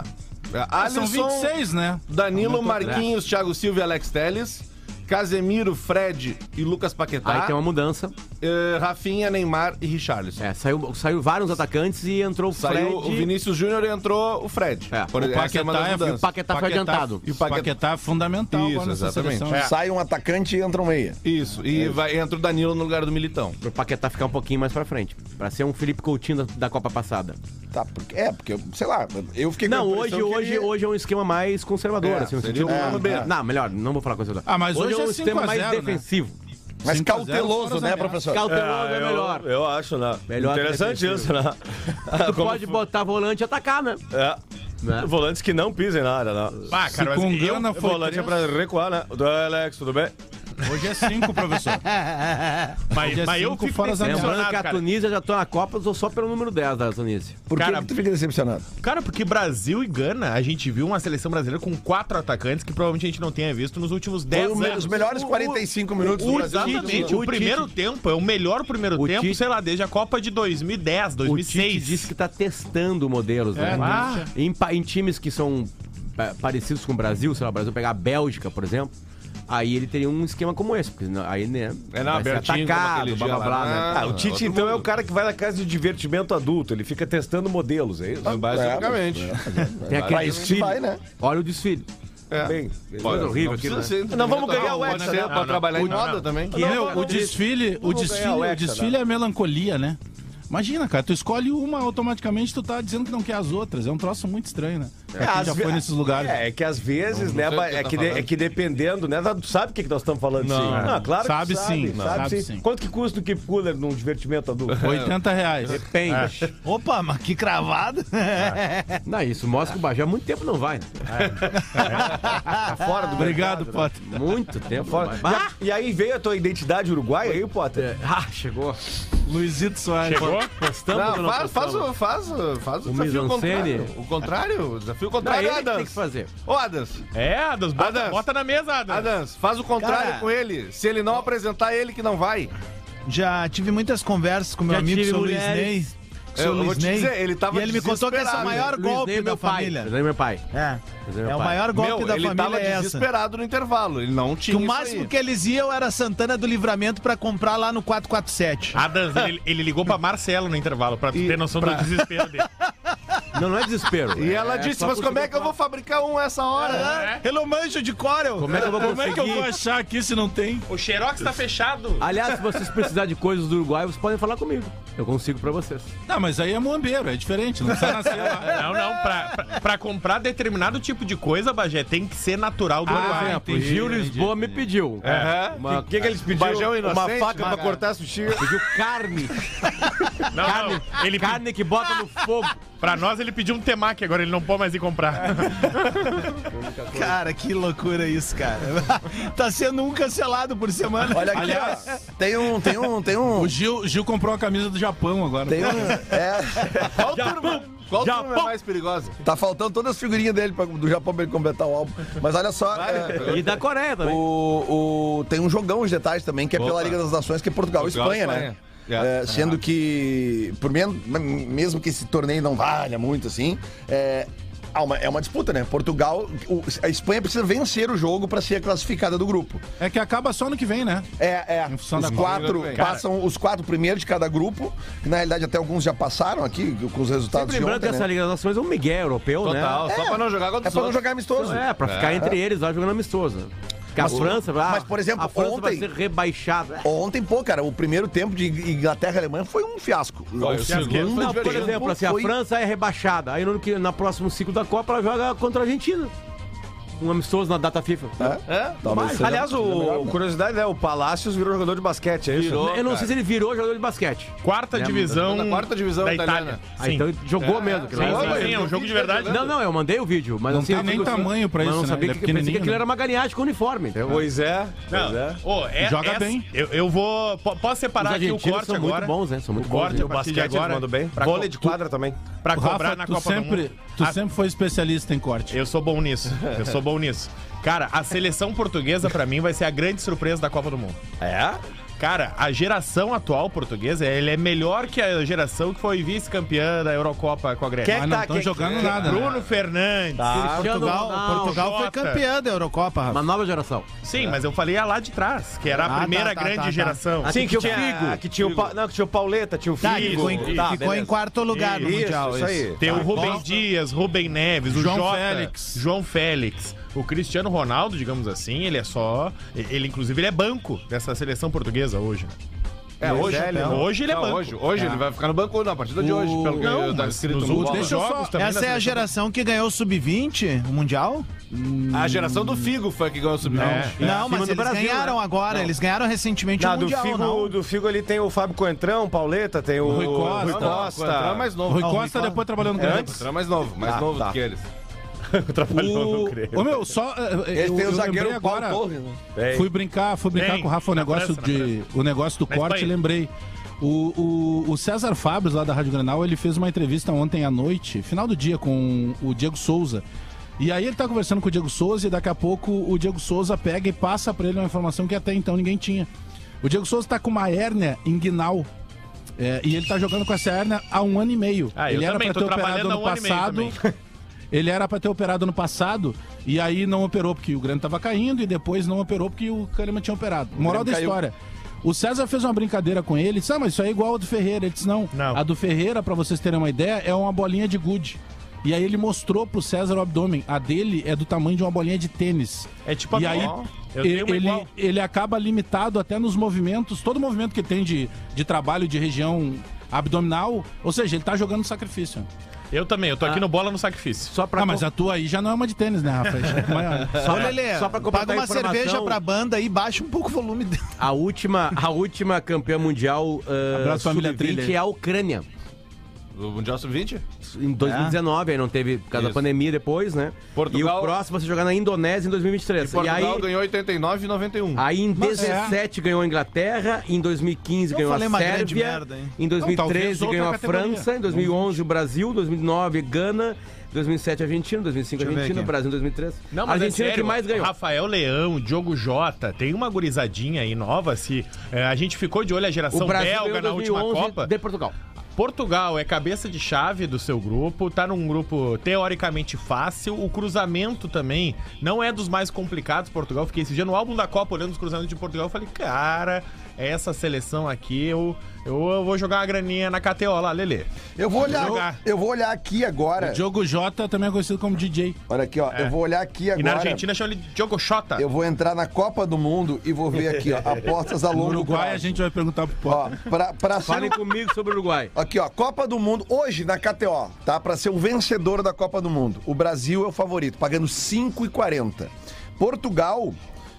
[SPEAKER 5] Ah, São
[SPEAKER 4] Alisson,
[SPEAKER 5] 26, né?
[SPEAKER 4] Danilo, Marquinhos, Thiago Silva e Alex Teles. Casemiro, Fred e Lucas
[SPEAKER 2] Aí
[SPEAKER 4] Paquetá.
[SPEAKER 2] tem É. uma mudança.
[SPEAKER 8] Ah.
[SPEAKER 4] eh, Rafinha, Neymar e Richarlison.
[SPEAKER 2] É, saiu, saiu vários atacantes e entrou o Fred.
[SPEAKER 4] Saiu o Vinícius Júnior e entrou o Fred.
[SPEAKER 2] É.
[SPEAKER 4] Por-
[SPEAKER 5] O
[SPEAKER 4] essa é uma das
[SPEAKER 5] Paquetá é-
[SPEAKER 4] mudanças.
[SPEAKER 2] o Paquetá foi adiantado.
[SPEAKER 5] E o Paquetá, Paquetá é fundamental
[SPEAKER 4] Isso,
[SPEAKER 5] agora nessa
[SPEAKER 4] exatamente.
[SPEAKER 5] seleção.
[SPEAKER 4] É.
[SPEAKER 1] Sai um atacante e entra um meia.
[SPEAKER 4] Isso,
[SPEAKER 8] É
[SPEAKER 4] e vai, entra o Danilo no lugar do Militão.
[SPEAKER 2] Pro Paquetá ficar um pouquinho mais pra frente. Pra ser um Felipe Coutinho da, da Copa passada.
[SPEAKER 1] Tá, porque, é, porque, sei lá, eu fiquei
[SPEAKER 2] Não,
[SPEAKER 1] com a impressão
[SPEAKER 2] hoje,
[SPEAKER 1] que-
[SPEAKER 2] hoje, hoje é um esquema mais conservador.
[SPEAKER 4] É,
[SPEAKER 2] assim, no
[SPEAKER 4] seria
[SPEAKER 2] sentido,
[SPEAKER 4] um plano B.
[SPEAKER 2] Não, melhor, não vou falar conservador.
[SPEAKER 5] Ah, mas hoje
[SPEAKER 2] é
[SPEAKER 5] é
[SPEAKER 2] um
[SPEAKER 5] 5
[SPEAKER 2] esquema
[SPEAKER 5] a
[SPEAKER 2] mais
[SPEAKER 5] 0, né?
[SPEAKER 2] defensivo.
[SPEAKER 1] Mas
[SPEAKER 5] 5 a 0,
[SPEAKER 1] cauteloso,
[SPEAKER 5] fora
[SPEAKER 1] né,
[SPEAKER 5] as
[SPEAKER 1] professor?
[SPEAKER 2] Cauteloso é,
[SPEAKER 8] eu-
[SPEAKER 2] melhor.
[SPEAKER 7] Eu acho, né?
[SPEAKER 2] Melhor
[SPEAKER 7] Interessante
[SPEAKER 2] defensivo.
[SPEAKER 7] isso, né?
[SPEAKER 2] Tu pode botar volante e atacar, né?
[SPEAKER 7] É.
[SPEAKER 2] Né?
[SPEAKER 7] Volantes que não pisem na área, né?
[SPEAKER 8] Ah, cara, mas
[SPEAKER 5] com
[SPEAKER 8] eu,
[SPEAKER 5] grana foi
[SPEAKER 7] Volante é pra recuar, né? Do Alex, tudo bem?
[SPEAKER 5] Hoje é 5, professor.
[SPEAKER 8] mas,
[SPEAKER 5] Hoje é
[SPEAKER 8] mas eu
[SPEAKER 5] cinco
[SPEAKER 8] fico
[SPEAKER 5] fora as
[SPEAKER 2] Lembrando
[SPEAKER 8] decepcionado,
[SPEAKER 2] que a
[SPEAKER 8] cara.
[SPEAKER 2] Tunísia já tá na Copa, sou só pelo número 10 da Tunísia.
[SPEAKER 1] Por que
[SPEAKER 8] Cara-
[SPEAKER 1] que tu fica decepcionado?
[SPEAKER 8] Cara, porque Brasil e Gana, a gente viu uma seleção brasileira com quatro atacantes que provavelmente a gente não tenha visto nos últimos
[SPEAKER 1] Foi
[SPEAKER 8] 10
[SPEAKER 1] o me-
[SPEAKER 8] anos.
[SPEAKER 1] os melhores 45 minutos do
[SPEAKER 8] O-
[SPEAKER 1] Brasil.
[SPEAKER 8] Exatamente, o,
[SPEAKER 2] O
[SPEAKER 8] primeiro tempo é o melhor primeiro
[SPEAKER 2] O
[SPEAKER 8] tempo,
[SPEAKER 2] Tite-
[SPEAKER 8] sei lá, desde a Copa de 2010,
[SPEAKER 2] O Tite
[SPEAKER 8] 2006.
[SPEAKER 2] disse que tá testando modelos, né?
[SPEAKER 8] Ah.
[SPEAKER 2] Em, pa- em times que são pa- parecidos com o Brasil, sei lá, o Brasil pegar a Bélgica, por exemplo, aí ele teria um esquema como esse, porque senão- aí, né,
[SPEAKER 4] É na
[SPEAKER 2] vai ser
[SPEAKER 4] abertinho, como aquele
[SPEAKER 2] atacado, blá,
[SPEAKER 4] dia
[SPEAKER 2] blá,
[SPEAKER 4] lá.
[SPEAKER 2] blá, né?
[SPEAKER 7] Ah, o Tite, então, é o cara que vai na casa de divertimento adulto. Ele fica testando modelos, é isso?
[SPEAKER 4] Basicamente.
[SPEAKER 2] Tem
[SPEAKER 1] Pra
[SPEAKER 2] aquele
[SPEAKER 1] isso que
[SPEAKER 2] desfile.
[SPEAKER 1] vai, né?
[SPEAKER 2] Olha o desfile.
[SPEAKER 4] É.
[SPEAKER 7] Bem,
[SPEAKER 2] Coisa horrível
[SPEAKER 4] Não
[SPEAKER 2] aquilo,
[SPEAKER 4] precisa
[SPEAKER 2] né?
[SPEAKER 4] ser
[SPEAKER 7] Não, vamos ganhar o
[SPEAKER 4] Pode
[SPEAKER 7] Hexa,
[SPEAKER 4] ser
[SPEAKER 7] né?
[SPEAKER 4] pra trabalhar em moda também.
[SPEAKER 2] Que é
[SPEAKER 5] Meu, o
[SPEAKER 2] o desfile.
[SPEAKER 5] desfile, o
[SPEAKER 7] ganhar
[SPEAKER 5] desfile,
[SPEAKER 7] o
[SPEAKER 5] o
[SPEAKER 7] Hexa,
[SPEAKER 5] desfile é a melancolia, né? Imagina, cara, tu escolhe uma, automaticamente tu tá dizendo que não quer as outras. É um troço muito estranho, né?
[SPEAKER 4] É.
[SPEAKER 5] Pra quem
[SPEAKER 7] É, às
[SPEAKER 5] já
[SPEAKER 7] ve-
[SPEAKER 5] foi nesses lugares.
[SPEAKER 7] É, é que às vezes, né,
[SPEAKER 4] sei o que
[SPEAKER 7] é
[SPEAKER 4] tá
[SPEAKER 7] que, de-
[SPEAKER 4] falando.
[SPEAKER 7] é que dependendo, né, tu sabe o que, que nós estamos falando, sim. Não, claro
[SPEAKER 5] Sabe
[SPEAKER 7] que sabe,
[SPEAKER 5] sim,
[SPEAKER 7] sabe,
[SPEAKER 5] sabe
[SPEAKER 7] sim.
[SPEAKER 5] sim.
[SPEAKER 7] Quanto que custa o Keep Cooler num divertimento adulto?
[SPEAKER 5] 80 reais. É.
[SPEAKER 2] Depende.
[SPEAKER 3] Opa, mas que cravado.
[SPEAKER 2] Não, isso mostra que o Bajé há muito tempo não vai. né?
[SPEAKER 7] Tá fora do
[SPEAKER 5] Obrigado, Potter.
[SPEAKER 2] Muito tempo.
[SPEAKER 7] Fora.
[SPEAKER 2] não vai. Bah!
[SPEAKER 7] E, a- e aí veio a tua identidade uruguaia aí, Potter?
[SPEAKER 2] Ah! É, Ah, chegou.
[SPEAKER 5] Luizito Soares.
[SPEAKER 8] Chegou?
[SPEAKER 2] Postamos ou
[SPEAKER 4] Não,
[SPEAKER 2] não
[SPEAKER 4] faz, faz,
[SPEAKER 2] postamos?
[SPEAKER 4] o- faz, o- faz o
[SPEAKER 2] O
[SPEAKER 4] desafio
[SPEAKER 2] mise-en-scène.
[SPEAKER 4] contrário. O contrário, o desafio
[SPEAKER 2] Não,
[SPEAKER 4] contrário,
[SPEAKER 2] ele que tem
[SPEAKER 4] Adams.
[SPEAKER 2] que fazer.
[SPEAKER 4] Ô, Adams,
[SPEAKER 8] É, Adams, bota,
[SPEAKER 4] Adams.
[SPEAKER 8] bota na mesa, Adams.
[SPEAKER 4] Adams, faz o contrário
[SPEAKER 3] Cara.
[SPEAKER 4] com ele. Se ele não apresentar, é ele que não vai.
[SPEAKER 3] Já tive muitas conversas com meu
[SPEAKER 2] Já
[SPEAKER 3] amigo,
[SPEAKER 2] tive
[SPEAKER 3] seu Luiz Ney.
[SPEAKER 2] mulheres.
[SPEAKER 3] Seu
[SPEAKER 4] Eu vou
[SPEAKER 3] Luiz
[SPEAKER 4] te
[SPEAKER 3] Ney.
[SPEAKER 4] dizer, ele tava
[SPEAKER 3] e ele me contou que esse é o
[SPEAKER 4] desesperado.
[SPEAKER 3] maior
[SPEAKER 2] Luiz
[SPEAKER 3] golpe
[SPEAKER 2] Ney,
[SPEAKER 3] da
[SPEAKER 2] meu pai.
[SPEAKER 3] família.
[SPEAKER 2] Luiz Ney, meu pai.
[SPEAKER 3] É.
[SPEAKER 2] Luiz Ney,
[SPEAKER 3] É
[SPEAKER 2] meu
[SPEAKER 3] o
[SPEAKER 2] pai.
[SPEAKER 3] maior golpe
[SPEAKER 4] Meu,
[SPEAKER 3] da
[SPEAKER 4] ele tava
[SPEAKER 3] família é essa.
[SPEAKER 4] desesperado no intervalo. Ele não
[SPEAKER 3] Que
[SPEAKER 4] tinha
[SPEAKER 3] o
[SPEAKER 4] isso
[SPEAKER 3] máximo
[SPEAKER 4] aí.
[SPEAKER 3] que eles iam era Santana do Livramento pra comprar lá no 447.
[SPEAKER 8] Adams, ele, ele ligou pra Marcelo no intervalo, pra tu
[SPEAKER 4] E
[SPEAKER 8] ter noção do desespero dele.
[SPEAKER 2] Não, não é desespero.
[SPEAKER 4] E ela disse,
[SPEAKER 2] só
[SPEAKER 4] mas como
[SPEAKER 2] conseguir
[SPEAKER 4] é que eu vou fabricar um essa hora?
[SPEAKER 8] É.
[SPEAKER 3] Eu não manjo de Corel.
[SPEAKER 2] Como é que eu vou
[SPEAKER 5] Como é que eu vou
[SPEAKER 2] conseguir?
[SPEAKER 5] achar aqui se não tem?
[SPEAKER 8] O Xerox tá fechado.
[SPEAKER 2] Aliás, se vocês precisarem de coisas do Uruguai, vocês podem falar comigo. Eu consigo pra vocês.
[SPEAKER 5] Não, mas aí é muambeiro, é diferente. Não precisa nascer lá.
[SPEAKER 8] É, Não, não, pra, pra, pra comprar determinado tipo de coisa, Bagé, tem que ser natural do
[SPEAKER 5] Ah,
[SPEAKER 8] Uruguai.
[SPEAKER 5] é.
[SPEAKER 2] O
[SPEAKER 5] Entendi,
[SPEAKER 2] Gil
[SPEAKER 5] entendi,
[SPEAKER 2] Lisboa me pediu. É. Uma, Um
[SPEAKER 7] O que, que eles pediram?
[SPEAKER 4] Bajão
[SPEAKER 7] Uma
[SPEAKER 4] inocente,
[SPEAKER 7] faca pra
[SPEAKER 4] Maga.
[SPEAKER 7] cortar sushi.
[SPEAKER 2] Pediu carne.
[SPEAKER 8] Não,
[SPEAKER 2] Carne,
[SPEAKER 8] não, ele
[SPEAKER 2] carne que bota no fogo.
[SPEAKER 8] Pra nós, ele pediu um temaki, agora ele não pode mais ir comprar.
[SPEAKER 3] Cara, que loucura isso, cara. tá sendo um cancelado por semana.
[SPEAKER 1] Olha aqui,
[SPEAKER 5] Aliás-
[SPEAKER 1] ó. Tem um, tem um, tem um.
[SPEAKER 5] O Gil, Gil comprou a camisa do Japão agora.
[SPEAKER 1] Tem um. É,
[SPEAKER 4] Qual turma, qual turma é mais perigosa?
[SPEAKER 1] tá faltando todas as figurinhas dele pra- do Japão pra ele completar o álbum. Mas olha só. é,
[SPEAKER 2] E da Coreia também.
[SPEAKER 1] O, o- tem um jogão os detalhes também, que é pela
[SPEAKER 4] Opa.
[SPEAKER 1] Liga das Nações, que é Portugal, e
[SPEAKER 4] Portugal e
[SPEAKER 1] Espanha, né?
[SPEAKER 4] Espanha. É.
[SPEAKER 1] É, sendo que, por menos, mesmo que esse torneio não valha muito assim, é, há uma- é uma disputa, né? Portugal, o- a Espanha precisa vencer o jogo para ser classificada do grupo.
[SPEAKER 5] É que acaba só no que vem, né?
[SPEAKER 1] É, é.
[SPEAKER 5] Em função
[SPEAKER 1] Os
[SPEAKER 5] da
[SPEAKER 1] quatro
[SPEAKER 5] Copa.
[SPEAKER 1] passam os quatro primeiros de cada grupo. que na realidade, até alguns já passaram aqui com os resultados de
[SPEAKER 2] Lembrando que
[SPEAKER 1] ontem.
[SPEAKER 2] essa
[SPEAKER 1] Né?
[SPEAKER 2] Liga das Nações é um migué europeu,
[SPEAKER 4] Total,
[SPEAKER 2] né?
[SPEAKER 4] só pra não jogar contra
[SPEAKER 1] É
[SPEAKER 4] os
[SPEAKER 1] pra não
[SPEAKER 4] outros.
[SPEAKER 1] jogar amistoso.
[SPEAKER 2] Então É, pra ficar entre eles lá jogando amistoso. né? Porque a França, vai-
[SPEAKER 1] mas, por exemplo,
[SPEAKER 2] a França vai
[SPEAKER 1] ontem-
[SPEAKER 2] ser rebaixada.
[SPEAKER 1] Ontem, pô, cara, o primeiro tempo de Inglaterra e Alemanha foi um fiasco.
[SPEAKER 4] Foi, o segundo foi
[SPEAKER 2] Não, por
[SPEAKER 4] diferente.
[SPEAKER 2] exemplo, assim, a
[SPEAKER 1] Foi-
[SPEAKER 2] França é rebaixada. Aí no, ano que- na próximo ciclo da Copa ela joga contra a Argentina. Um amistoso na data FIFA.
[SPEAKER 4] É?
[SPEAKER 1] Talvez seja-
[SPEAKER 7] Aliás, o,
[SPEAKER 1] seja melhor, né?
[SPEAKER 7] curiosidade, né? O Palácios virou jogador de basquete, é isso?
[SPEAKER 4] Virou.
[SPEAKER 2] Eu não sei
[SPEAKER 4] cara.
[SPEAKER 2] se ele virou jogador de basquete.
[SPEAKER 8] Quarta
[SPEAKER 2] É,
[SPEAKER 8] divisão.
[SPEAKER 4] da quarta divisão
[SPEAKER 8] da
[SPEAKER 4] italiana.
[SPEAKER 8] Itália.
[SPEAKER 2] Ah, então ele jogou mesmo. que
[SPEAKER 8] Sim,
[SPEAKER 2] lá-
[SPEAKER 8] sim, sim, é um jogo de verdade.
[SPEAKER 2] Não, não, eu mandei o vídeo, mas
[SPEAKER 5] Não
[SPEAKER 2] assim,
[SPEAKER 5] tem
[SPEAKER 2] eu
[SPEAKER 5] nem
[SPEAKER 2] fico-
[SPEAKER 5] tamanho pra
[SPEAKER 2] mas
[SPEAKER 5] isso,
[SPEAKER 2] não
[SPEAKER 5] né?
[SPEAKER 2] sabia
[SPEAKER 5] Ele é
[SPEAKER 2] que, eu pensei que
[SPEAKER 5] pequenininho,
[SPEAKER 2] aquilo
[SPEAKER 5] né?
[SPEAKER 2] era uma galinhagem com uniforme. entendeu?
[SPEAKER 7] Pois é. Pois é.
[SPEAKER 8] Não. Ô, é-
[SPEAKER 5] Joga
[SPEAKER 8] é-
[SPEAKER 5] bem.
[SPEAKER 8] Eu, eu vou. po- Posso
[SPEAKER 2] Os
[SPEAKER 8] separar aqui o
[SPEAKER 2] argentinos
[SPEAKER 8] corte
[SPEAKER 2] são muito
[SPEAKER 8] agora?
[SPEAKER 2] bons, né? São muito
[SPEAKER 8] o
[SPEAKER 2] bons.
[SPEAKER 8] corte
[SPEAKER 2] né?
[SPEAKER 8] a partir de
[SPEAKER 7] Basquete eles
[SPEAKER 8] agora.
[SPEAKER 7] mandam bem.
[SPEAKER 8] Pra,
[SPEAKER 7] Vôlei
[SPEAKER 8] co
[SPEAKER 7] de quadra também.
[SPEAKER 8] pra cobrar
[SPEAKER 5] Rafa,
[SPEAKER 8] na
[SPEAKER 5] tu,
[SPEAKER 8] Copa do
[SPEAKER 5] sempre,
[SPEAKER 8] Mundo.
[SPEAKER 5] tu
[SPEAKER 8] Ah,
[SPEAKER 5] sempre foi especialista em corte.
[SPEAKER 8] Eu sou bom nisso. Eu sou bom nisso. Cara, a seleção portuguesa, pra mim, vai ser a grande surpresa da Copa do Mundo.
[SPEAKER 7] É?
[SPEAKER 8] Cara, a geração atual portuguesa, ela é melhor que a geração que foi vice-campeã da Eurocopa com a Grécia.
[SPEAKER 5] Mas
[SPEAKER 7] Tá,
[SPEAKER 3] tá
[SPEAKER 5] não estão
[SPEAKER 3] é
[SPEAKER 5] jogando nada. né?
[SPEAKER 8] Bruno Fernandes.
[SPEAKER 2] Tá.
[SPEAKER 3] Portugal,
[SPEAKER 2] Ronaldo,
[SPEAKER 3] Portugal foi
[SPEAKER 8] Jota.
[SPEAKER 3] campeã da Eurocopa, Rafa.
[SPEAKER 2] Uma nova geração.
[SPEAKER 8] Sim, mas eu falei a lá de trás, que era
[SPEAKER 3] Ah,
[SPEAKER 8] a
[SPEAKER 3] tá,
[SPEAKER 8] primeira
[SPEAKER 3] tá,
[SPEAKER 8] grande
[SPEAKER 3] tá, tá.
[SPEAKER 8] geração.
[SPEAKER 7] Sim, que tinha, que tinha o Pa- não, que tinha o Pauleta, tinha o
[SPEAKER 3] Tá,
[SPEAKER 7] Figo.
[SPEAKER 3] ficou em,
[SPEAKER 7] Tá,
[SPEAKER 3] ficou em
[SPEAKER 7] beleza.
[SPEAKER 3] quarto lugar no
[SPEAKER 7] Isso,
[SPEAKER 3] Mundial.
[SPEAKER 7] isso aí.
[SPEAKER 8] Tem o Rubem
[SPEAKER 5] Costa.
[SPEAKER 8] Dias, Rubem Neves, o
[SPEAKER 5] João
[SPEAKER 8] Jota,
[SPEAKER 5] Félix.
[SPEAKER 8] João Félix. O Cristiano Ronaldo, digamos assim, ele é só. Ele, inclusive, ele é banco dessa seleção portuguesa hoje. né?
[SPEAKER 4] É, hoje,
[SPEAKER 8] né? Hoje ele é
[SPEAKER 4] Não,
[SPEAKER 8] banco.
[SPEAKER 4] Hoje, hoje ele vai ficar no banco na partida de hoje, pelo que
[SPEAKER 8] Não,
[SPEAKER 4] eu- tá
[SPEAKER 8] mas
[SPEAKER 4] escrito
[SPEAKER 8] nos
[SPEAKER 4] no
[SPEAKER 8] últimos
[SPEAKER 4] bola.
[SPEAKER 5] Deixa eu
[SPEAKER 8] jogos
[SPEAKER 5] só-
[SPEAKER 8] também.
[SPEAKER 3] Essa
[SPEAKER 8] na
[SPEAKER 3] é a
[SPEAKER 8] seleção.
[SPEAKER 3] geração que ganhou o Sub-20, o Mundial?
[SPEAKER 4] A geração do Figo foi a que ganhou o sub
[SPEAKER 3] não, mas eles ganharam agora, eles ganharam recentemente
[SPEAKER 7] Não,
[SPEAKER 3] o
[SPEAKER 7] do,
[SPEAKER 3] Mundial,
[SPEAKER 7] Figo,
[SPEAKER 3] né? não?
[SPEAKER 7] do Figo ali tem o Fábio Coentrão, Pauleta, tem o
[SPEAKER 5] Rui Costa.
[SPEAKER 7] Rui
[SPEAKER 5] Não,
[SPEAKER 7] Costa.
[SPEAKER 4] Coentrão é mais novo.
[SPEAKER 5] Rui
[SPEAKER 4] Não,
[SPEAKER 5] Costa depois trabalhou no
[SPEAKER 7] É
[SPEAKER 5] Grêmio.
[SPEAKER 4] Coentrão é mais novo, mais
[SPEAKER 7] Ah,
[SPEAKER 4] novo
[SPEAKER 7] tá.
[SPEAKER 4] do que eles.
[SPEAKER 5] O... Ô, meu, só. eh, eh, Eu,
[SPEAKER 1] Ele tem o
[SPEAKER 5] eu
[SPEAKER 1] zagueiro
[SPEAKER 5] lembrei
[SPEAKER 1] Paulo
[SPEAKER 5] agora.
[SPEAKER 1] Torres, né?
[SPEAKER 7] Tem.
[SPEAKER 5] Fui brincar, fui brincar
[SPEAKER 8] Tem.
[SPEAKER 5] com o Rafa o
[SPEAKER 8] Na
[SPEAKER 5] negócio,
[SPEAKER 8] França, na
[SPEAKER 5] de, o negócio do
[SPEAKER 8] Na
[SPEAKER 5] corte,
[SPEAKER 8] Espanha.
[SPEAKER 5] lembrei. O, o, o César Fabres, lá da Rádio Granal, ele fez uma entrevista ontem à noite, final do dia, com o Diego Souza. E aí ele tá conversando com o Diego Souza e daqui a pouco o Diego Souza pega e passa pra ele uma informação que até então ninguém tinha. O Diego Souza tá com uma hérnia inguinal. É, e ele tá jogando com essa hérnia há um ano e meio.
[SPEAKER 8] Ah, eu
[SPEAKER 5] ele era
[SPEAKER 8] também,
[SPEAKER 5] pra
[SPEAKER 8] tô
[SPEAKER 5] ter operado
[SPEAKER 8] trabalhando há
[SPEAKER 5] ano
[SPEAKER 8] um ano e meio
[SPEAKER 5] passado.
[SPEAKER 8] também.
[SPEAKER 5] Ele era pra ter operado no passado e aí não operou porque o Grêmio tava caindo e depois não operou porque o Kahneman tinha operado. Moral da história. O César fez uma brincadeira com ele, disse: "Ah, mas isso aí é igual a do Ferreira". Ele disse: "Não,
[SPEAKER 8] Não.
[SPEAKER 5] a do Ferreira, pra vocês terem uma ideia, é uma bolinha de gude". E aí ele mostrou pro César o abdômen. A dele é do tamanho de uma bolinha de tênis.
[SPEAKER 8] É tipo a
[SPEAKER 5] E aí,
[SPEAKER 8] minha. Eu tenho
[SPEAKER 5] ele,
[SPEAKER 8] uma
[SPEAKER 5] ele,
[SPEAKER 8] igual.
[SPEAKER 5] ele acaba limitado até nos movimentos, todo movimento que tem de, de trabalho de região abdominal, ou seja, ele tá jogando sacrifício.
[SPEAKER 8] Eu também, eu tô aqui no bola no sacrifício.
[SPEAKER 2] Só pra
[SPEAKER 5] ah, mas a tua aí já não é uma de tênis, né, Rafa? Já é maior.
[SPEAKER 3] Ô, Lelê,
[SPEAKER 2] só pra completar
[SPEAKER 3] paga uma
[SPEAKER 2] a informação-
[SPEAKER 3] cerveja pra banda e baixa um pouco o volume dele.
[SPEAKER 2] A última, a última campeã mundial uh,
[SPEAKER 5] Abraço, família Trilha.
[SPEAKER 2] é a Ucrânia.
[SPEAKER 4] Do Mundial Sub-20?
[SPEAKER 2] Em 2019, aí não teve, por causa da
[SPEAKER 4] Isso.
[SPEAKER 2] pandemia depois, né?
[SPEAKER 4] Portugal-
[SPEAKER 2] E o próximo vai ser jogar na Indonésia em 2023. E, aí,
[SPEAKER 4] Portugal ganhou 89 e 91.
[SPEAKER 2] aí em
[SPEAKER 5] Mas é.
[SPEAKER 2] 17 ganhou a Inglaterra, em 2015
[SPEAKER 3] Eu
[SPEAKER 2] ganhou a
[SPEAKER 3] falei uma grande
[SPEAKER 2] Sérvia,
[SPEAKER 3] merda, hein?
[SPEAKER 2] em
[SPEAKER 5] Não,
[SPEAKER 2] 2013
[SPEAKER 5] talvez
[SPEAKER 2] ganhou a
[SPEAKER 5] outra categoria.
[SPEAKER 2] França, em 2011 o Brasil, 2009 Gana, 2007 Argentina, 2005
[SPEAKER 3] Deixa eu ver
[SPEAKER 2] Argentina,
[SPEAKER 3] aqui.
[SPEAKER 2] Brasil 2003.
[SPEAKER 8] Não,
[SPEAKER 2] a
[SPEAKER 8] mas
[SPEAKER 2] Argentina
[SPEAKER 8] é
[SPEAKER 2] é que
[SPEAKER 8] sério,
[SPEAKER 2] mais ganhou.
[SPEAKER 8] Rafael Leão, Diogo Jota, tem uma gurizadinha aí nova. Se, é, a gente ficou de olho a
[SPEAKER 2] O
[SPEAKER 8] geração
[SPEAKER 2] Brasil
[SPEAKER 8] belga
[SPEAKER 2] ganhou
[SPEAKER 8] na última
[SPEAKER 2] 2011
[SPEAKER 8] Copa.
[SPEAKER 2] de Portugal.
[SPEAKER 8] Portugal é cabeça de chave do seu grupo, tá num grupo teoricamente fácil. O cruzamento também não é dos mais complicados. Portugal, fiquei esse dia no álbum da Copa olhando os cruzamentos de Portugal. Eu falei, cara, essa seleção aqui, eu, eu vou jogar uma graninha na KTO lá, Lelê.
[SPEAKER 1] Eu vou olhar,
[SPEAKER 8] jogar.
[SPEAKER 1] eu vou olhar aqui agora.
[SPEAKER 5] Diogo Jota também é conhecido como DJ.
[SPEAKER 1] Olha aqui, ó. Eu vou olhar aqui agora.
[SPEAKER 8] E na Argentina chama ele de Diogo Xota.
[SPEAKER 1] Eu vou entrar na Copa do Mundo e vou ver aqui, ó. Apostas a
[SPEAKER 5] No
[SPEAKER 1] longo
[SPEAKER 5] Uruguai
[SPEAKER 1] prazo.
[SPEAKER 5] a gente vai perguntar pro Pó.
[SPEAKER 1] Ó, pra, pra ser
[SPEAKER 2] Falem
[SPEAKER 1] o-
[SPEAKER 2] comigo sobre o Uruguai.
[SPEAKER 1] Aqui, ó, Copa do Mundo, hoje na KTO, tá? Pra ser o vencedor da Copa do Mundo. O Brasil é o favorito, pagando 5,40. Portugal,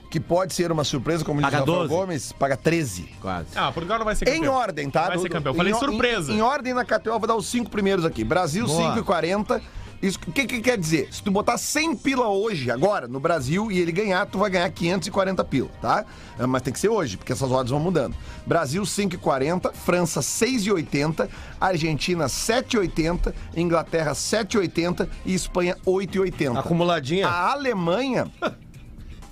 [SPEAKER 1] que pode ser uma surpresa, como diz
[SPEAKER 2] Paga
[SPEAKER 1] o Rafael
[SPEAKER 2] 12.
[SPEAKER 1] Gomes, paga 13.
[SPEAKER 2] Quase.
[SPEAKER 8] Ah, Portugal não vai ser
[SPEAKER 1] Em ordem, tá?
[SPEAKER 8] Não Vai
[SPEAKER 1] Do-
[SPEAKER 8] ser
[SPEAKER 1] do-
[SPEAKER 8] campeão. Eu Falei
[SPEAKER 1] em,
[SPEAKER 8] surpresa.
[SPEAKER 1] Em, em ordem na KTO, eu vou dar os cinco primeiros aqui. Brasil, 5,40. Isso, o que, que quer dizer? Se tu botar 100 pila hoje, agora, no Brasil, e ele ganhar, tu vai ganhar 540 pila, tá? É, Mas tem que ser hoje, porque essas odds vão mudando. Brasil, 5,40. França, 6,80. Argentina, 7,80. Inglaterra, 7,80. E Espanha, 8,80.
[SPEAKER 7] Acumuladinha.
[SPEAKER 1] A Alemanha...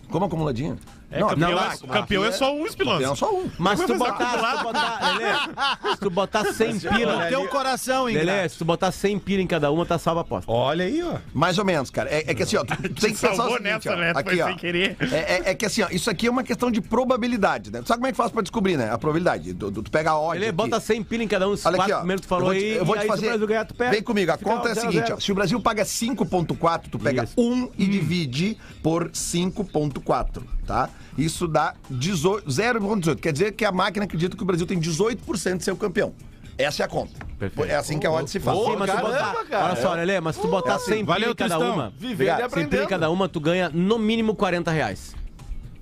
[SPEAKER 1] Como acumuladinha?
[SPEAKER 8] É, campeão,
[SPEAKER 2] não,
[SPEAKER 8] é- campeão é só um,
[SPEAKER 1] Campeão é
[SPEAKER 8] Espilão.
[SPEAKER 1] só um.
[SPEAKER 2] Mas se tu botar, se tu botar, Lelê, se tu botar 100 pila,
[SPEAKER 3] Teu um coração, hein?
[SPEAKER 2] Lelê,
[SPEAKER 3] cara?
[SPEAKER 2] se tu botar 100 pila em cada uma, tá salva a aposta.
[SPEAKER 7] Olha aí, ó.
[SPEAKER 1] Mais ou menos, cara. É, é que assim, ó, tu, tu tem que pensar o
[SPEAKER 8] salvou
[SPEAKER 1] seguinte,
[SPEAKER 8] nessa,
[SPEAKER 1] ó,
[SPEAKER 8] né? Tu
[SPEAKER 1] aqui,
[SPEAKER 8] foi
[SPEAKER 1] ó.
[SPEAKER 8] sem querer.
[SPEAKER 1] É, é- é que assim, ó, isso aqui é uma questão de probabilidade, né? Tu sabe como é que faz pra descobrir, né? A probabilidade. Tu, tu- tu pega a odd
[SPEAKER 2] Lelê,
[SPEAKER 1] aqui.
[SPEAKER 2] bota 100 pila em cada um, esses
[SPEAKER 1] Olha
[SPEAKER 2] quatro
[SPEAKER 1] aqui, ó.
[SPEAKER 2] primeiros que tu
[SPEAKER 1] eu vou
[SPEAKER 2] falou
[SPEAKER 1] te,
[SPEAKER 2] aí,
[SPEAKER 1] eu vou te
[SPEAKER 2] e aí se o
[SPEAKER 1] fazer.
[SPEAKER 2] Brasil ganhar, tu pega.
[SPEAKER 1] Vem comigo, a
[SPEAKER 2] Fica
[SPEAKER 1] conta é a
[SPEAKER 2] 0 a
[SPEAKER 1] seguinte,
[SPEAKER 2] 0.
[SPEAKER 1] ó. Se o Brasil paga 5.4, tu pega
[SPEAKER 2] Isso. Hum.
[SPEAKER 1] 1 e divide por 5.4, tá? Isso dá 18 0.18. Quer dizer que a máquina acredita que o Brasil tem 18% de ser o campeão. Essa é a conta.
[SPEAKER 2] Perfeito.
[SPEAKER 1] É assim que a odd se faz.
[SPEAKER 2] Sim, mas tu
[SPEAKER 7] caramba,
[SPEAKER 2] botar-
[SPEAKER 7] cara.
[SPEAKER 2] Olha só, Lelê, mas se tu botar 100 pila
[SPEAKER 5] Valeu,
[SPEAKER 2] em cada
[SPEAKER 5] Tristão.
[SPEAKER 2] uma,
[SPEAKER 4] Vivendo e
[SPEAKER 2] 100 pila em
[SPEAKER 4] aprendendo.
[SPEAKER 2] cada uma, tu ganha no mínimo 40 reais.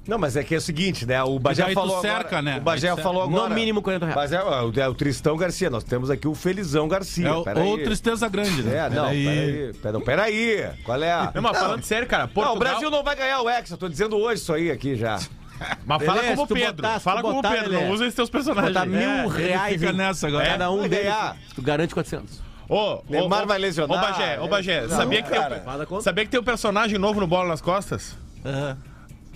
[SPEAKER 7] Não, mas é que é o seguinte, né? O Bagé
[SPEAKER 5] daí tu
[SPEAKER 7] falou
[SPEAKER 5] cerca,
[SPEAKER 7] agora,
[SPEAKER 5] né?
[SPEAKER 7] O Bagé
[SPEAKER 5] Aí tu
[SPEAKER 7] falou agora.
[SPEAKER 2] No mínimo 40 reais.
[SPEAKER 7] Mas é, ó, o, é o Tristão Garcia. Nós temos aqui o Felizão Garcia.
[SPEAKER 5] É o-
[SPEAKER 7] peraí.
[SPEAKER 5] ou tristeza grande, né?
[SPEAKER 7] É, não,
[SPEAKER 5] Peraí.
[SPEAKER 7] peraí. Pera- não, Peraí. Qual é a...
[SPEAKER 8] Não, mas falando sério, cara,
[SPEAKER 7] Não,
[SPEAKER 8] Portugal...
[SPEAKER 7] o Brasil não vai ganhar o Hexa. Tô dizendo hoje isso aí aqui já.
[SPEAKER 8] Mas fala
[SPEAKER 2] Beleza, se
[SPEAKER 8] como
[SPEAKER 2] tu
[SPEAKER 8] Pedro.
[SPEAKER 2] botar- se
[SPEAKER 8] fala
[SPEAKER 2] tu
[SPEAKER 8] como
[SPEAKER 2] botar,
[SPEAKER 8] Pedro. Não
[SPEAKER 2] Lelé,
[SPEAKER 8] usa esses teus personagens.
[SPEAKER 2] Botar
[SPEAKER 8] É.
[SPEAKER 2] mil reais
[SPEAKER 5] fica
[SPEAKER 2] em
[SPEAKER 5] é nessa agora.
[SPEAKER 2] cada um
[SPEAKER 7] Vai
[SPEAKER 2] deles,
[SPEAKER 7] ganhar.
[SPEAKER 2] tu garante 400.
[SPEAKER 8] Ô,
[SPEAKER 7] Neymar
[SPEAKER 8] ô,
[SPEAKER 7] vai lesionar.
[SPEAKER 8] Ô, Bagé, ô, Bagé, sabia, que tem
[SPEAKER 2] Fala
[SPEAKER 8] um,
[SPEAKER 2] conta.
[SPEAKER 8] sabia que tem um personagem novo no Bola nas Costas?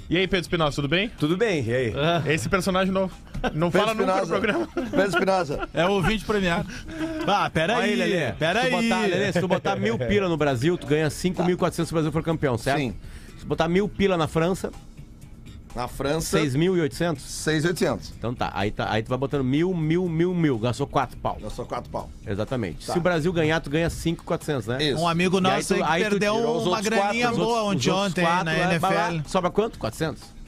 [SPEAKER 8] E aí, Pedro Espinosa, tudo bem?
[SPEAKER 7] Tudo bem, e aí?
[SPEAKER 8] Esse personagem novo. Não fala nunca no
[SPEAKER 1] Espinosa.
[SPEAKER 8] programa.
[SPEAKER 1] Pedro Espinosa.
[SPEAKER 5] É o ouvinte premiado.
[SPEAKER 3] Ah, peraí, Lelê.
[SPEAKER 2] Se tu
[SPEAKER 3] Peraí.
[SPEAKER 2] botar, Lelê, se tu botar mil pila no Brasil, tu ganha 5.400 se o Brasil for campeão, certo?
[SPEAKER 9] Sim.
[SPEAKER 2] Se tu botar mil pila na França,
[SPEAKER 9] Na França,
[SPEAKER 2] 6.800.
[SPEAKER 9] 6,800.
[SPEAKER 2] Então tá. Aí, tá, aí tu vai botando mil, mil, mil, mil. Gastou quatro pau.
[SPEAKER 9] Eu sou 4 pau.
[SPEAKER 2] Exatamente.
[SPEAKER 9] Tá.
[SPEAKER 2] Se o Brasil ganhar, tu ganha 5.400, né?
[SPEAKER 9] Isso.
[SPEAKER 3] Um amigo
[SPEAKER 2] E
[SPEAKER 3] nosso aí,
[SPEAKER 2] tu- tu
[SPEAKER 3] que perdeu
[SPEAKER 2] tirou os
[SPEAKER 3] uma
[SPEAKER 2] outros
[SPEAKER 3] graninha
[SPEAKER 2] quatro, os
[SPEAKER 3] boa
[SPEAKER 2] outros- os
[SPEAKER 3] ontem,
[SPEAKER 2] outros
[SPEAKER 3] ontem
[SPEAKER 2] quatro,
[SPEAKER 3] na
[SPEAKER 2] né, vai lá.
[SPEAKER 3] NFL.
[SPEAKER 2] Sobra quanto? 400?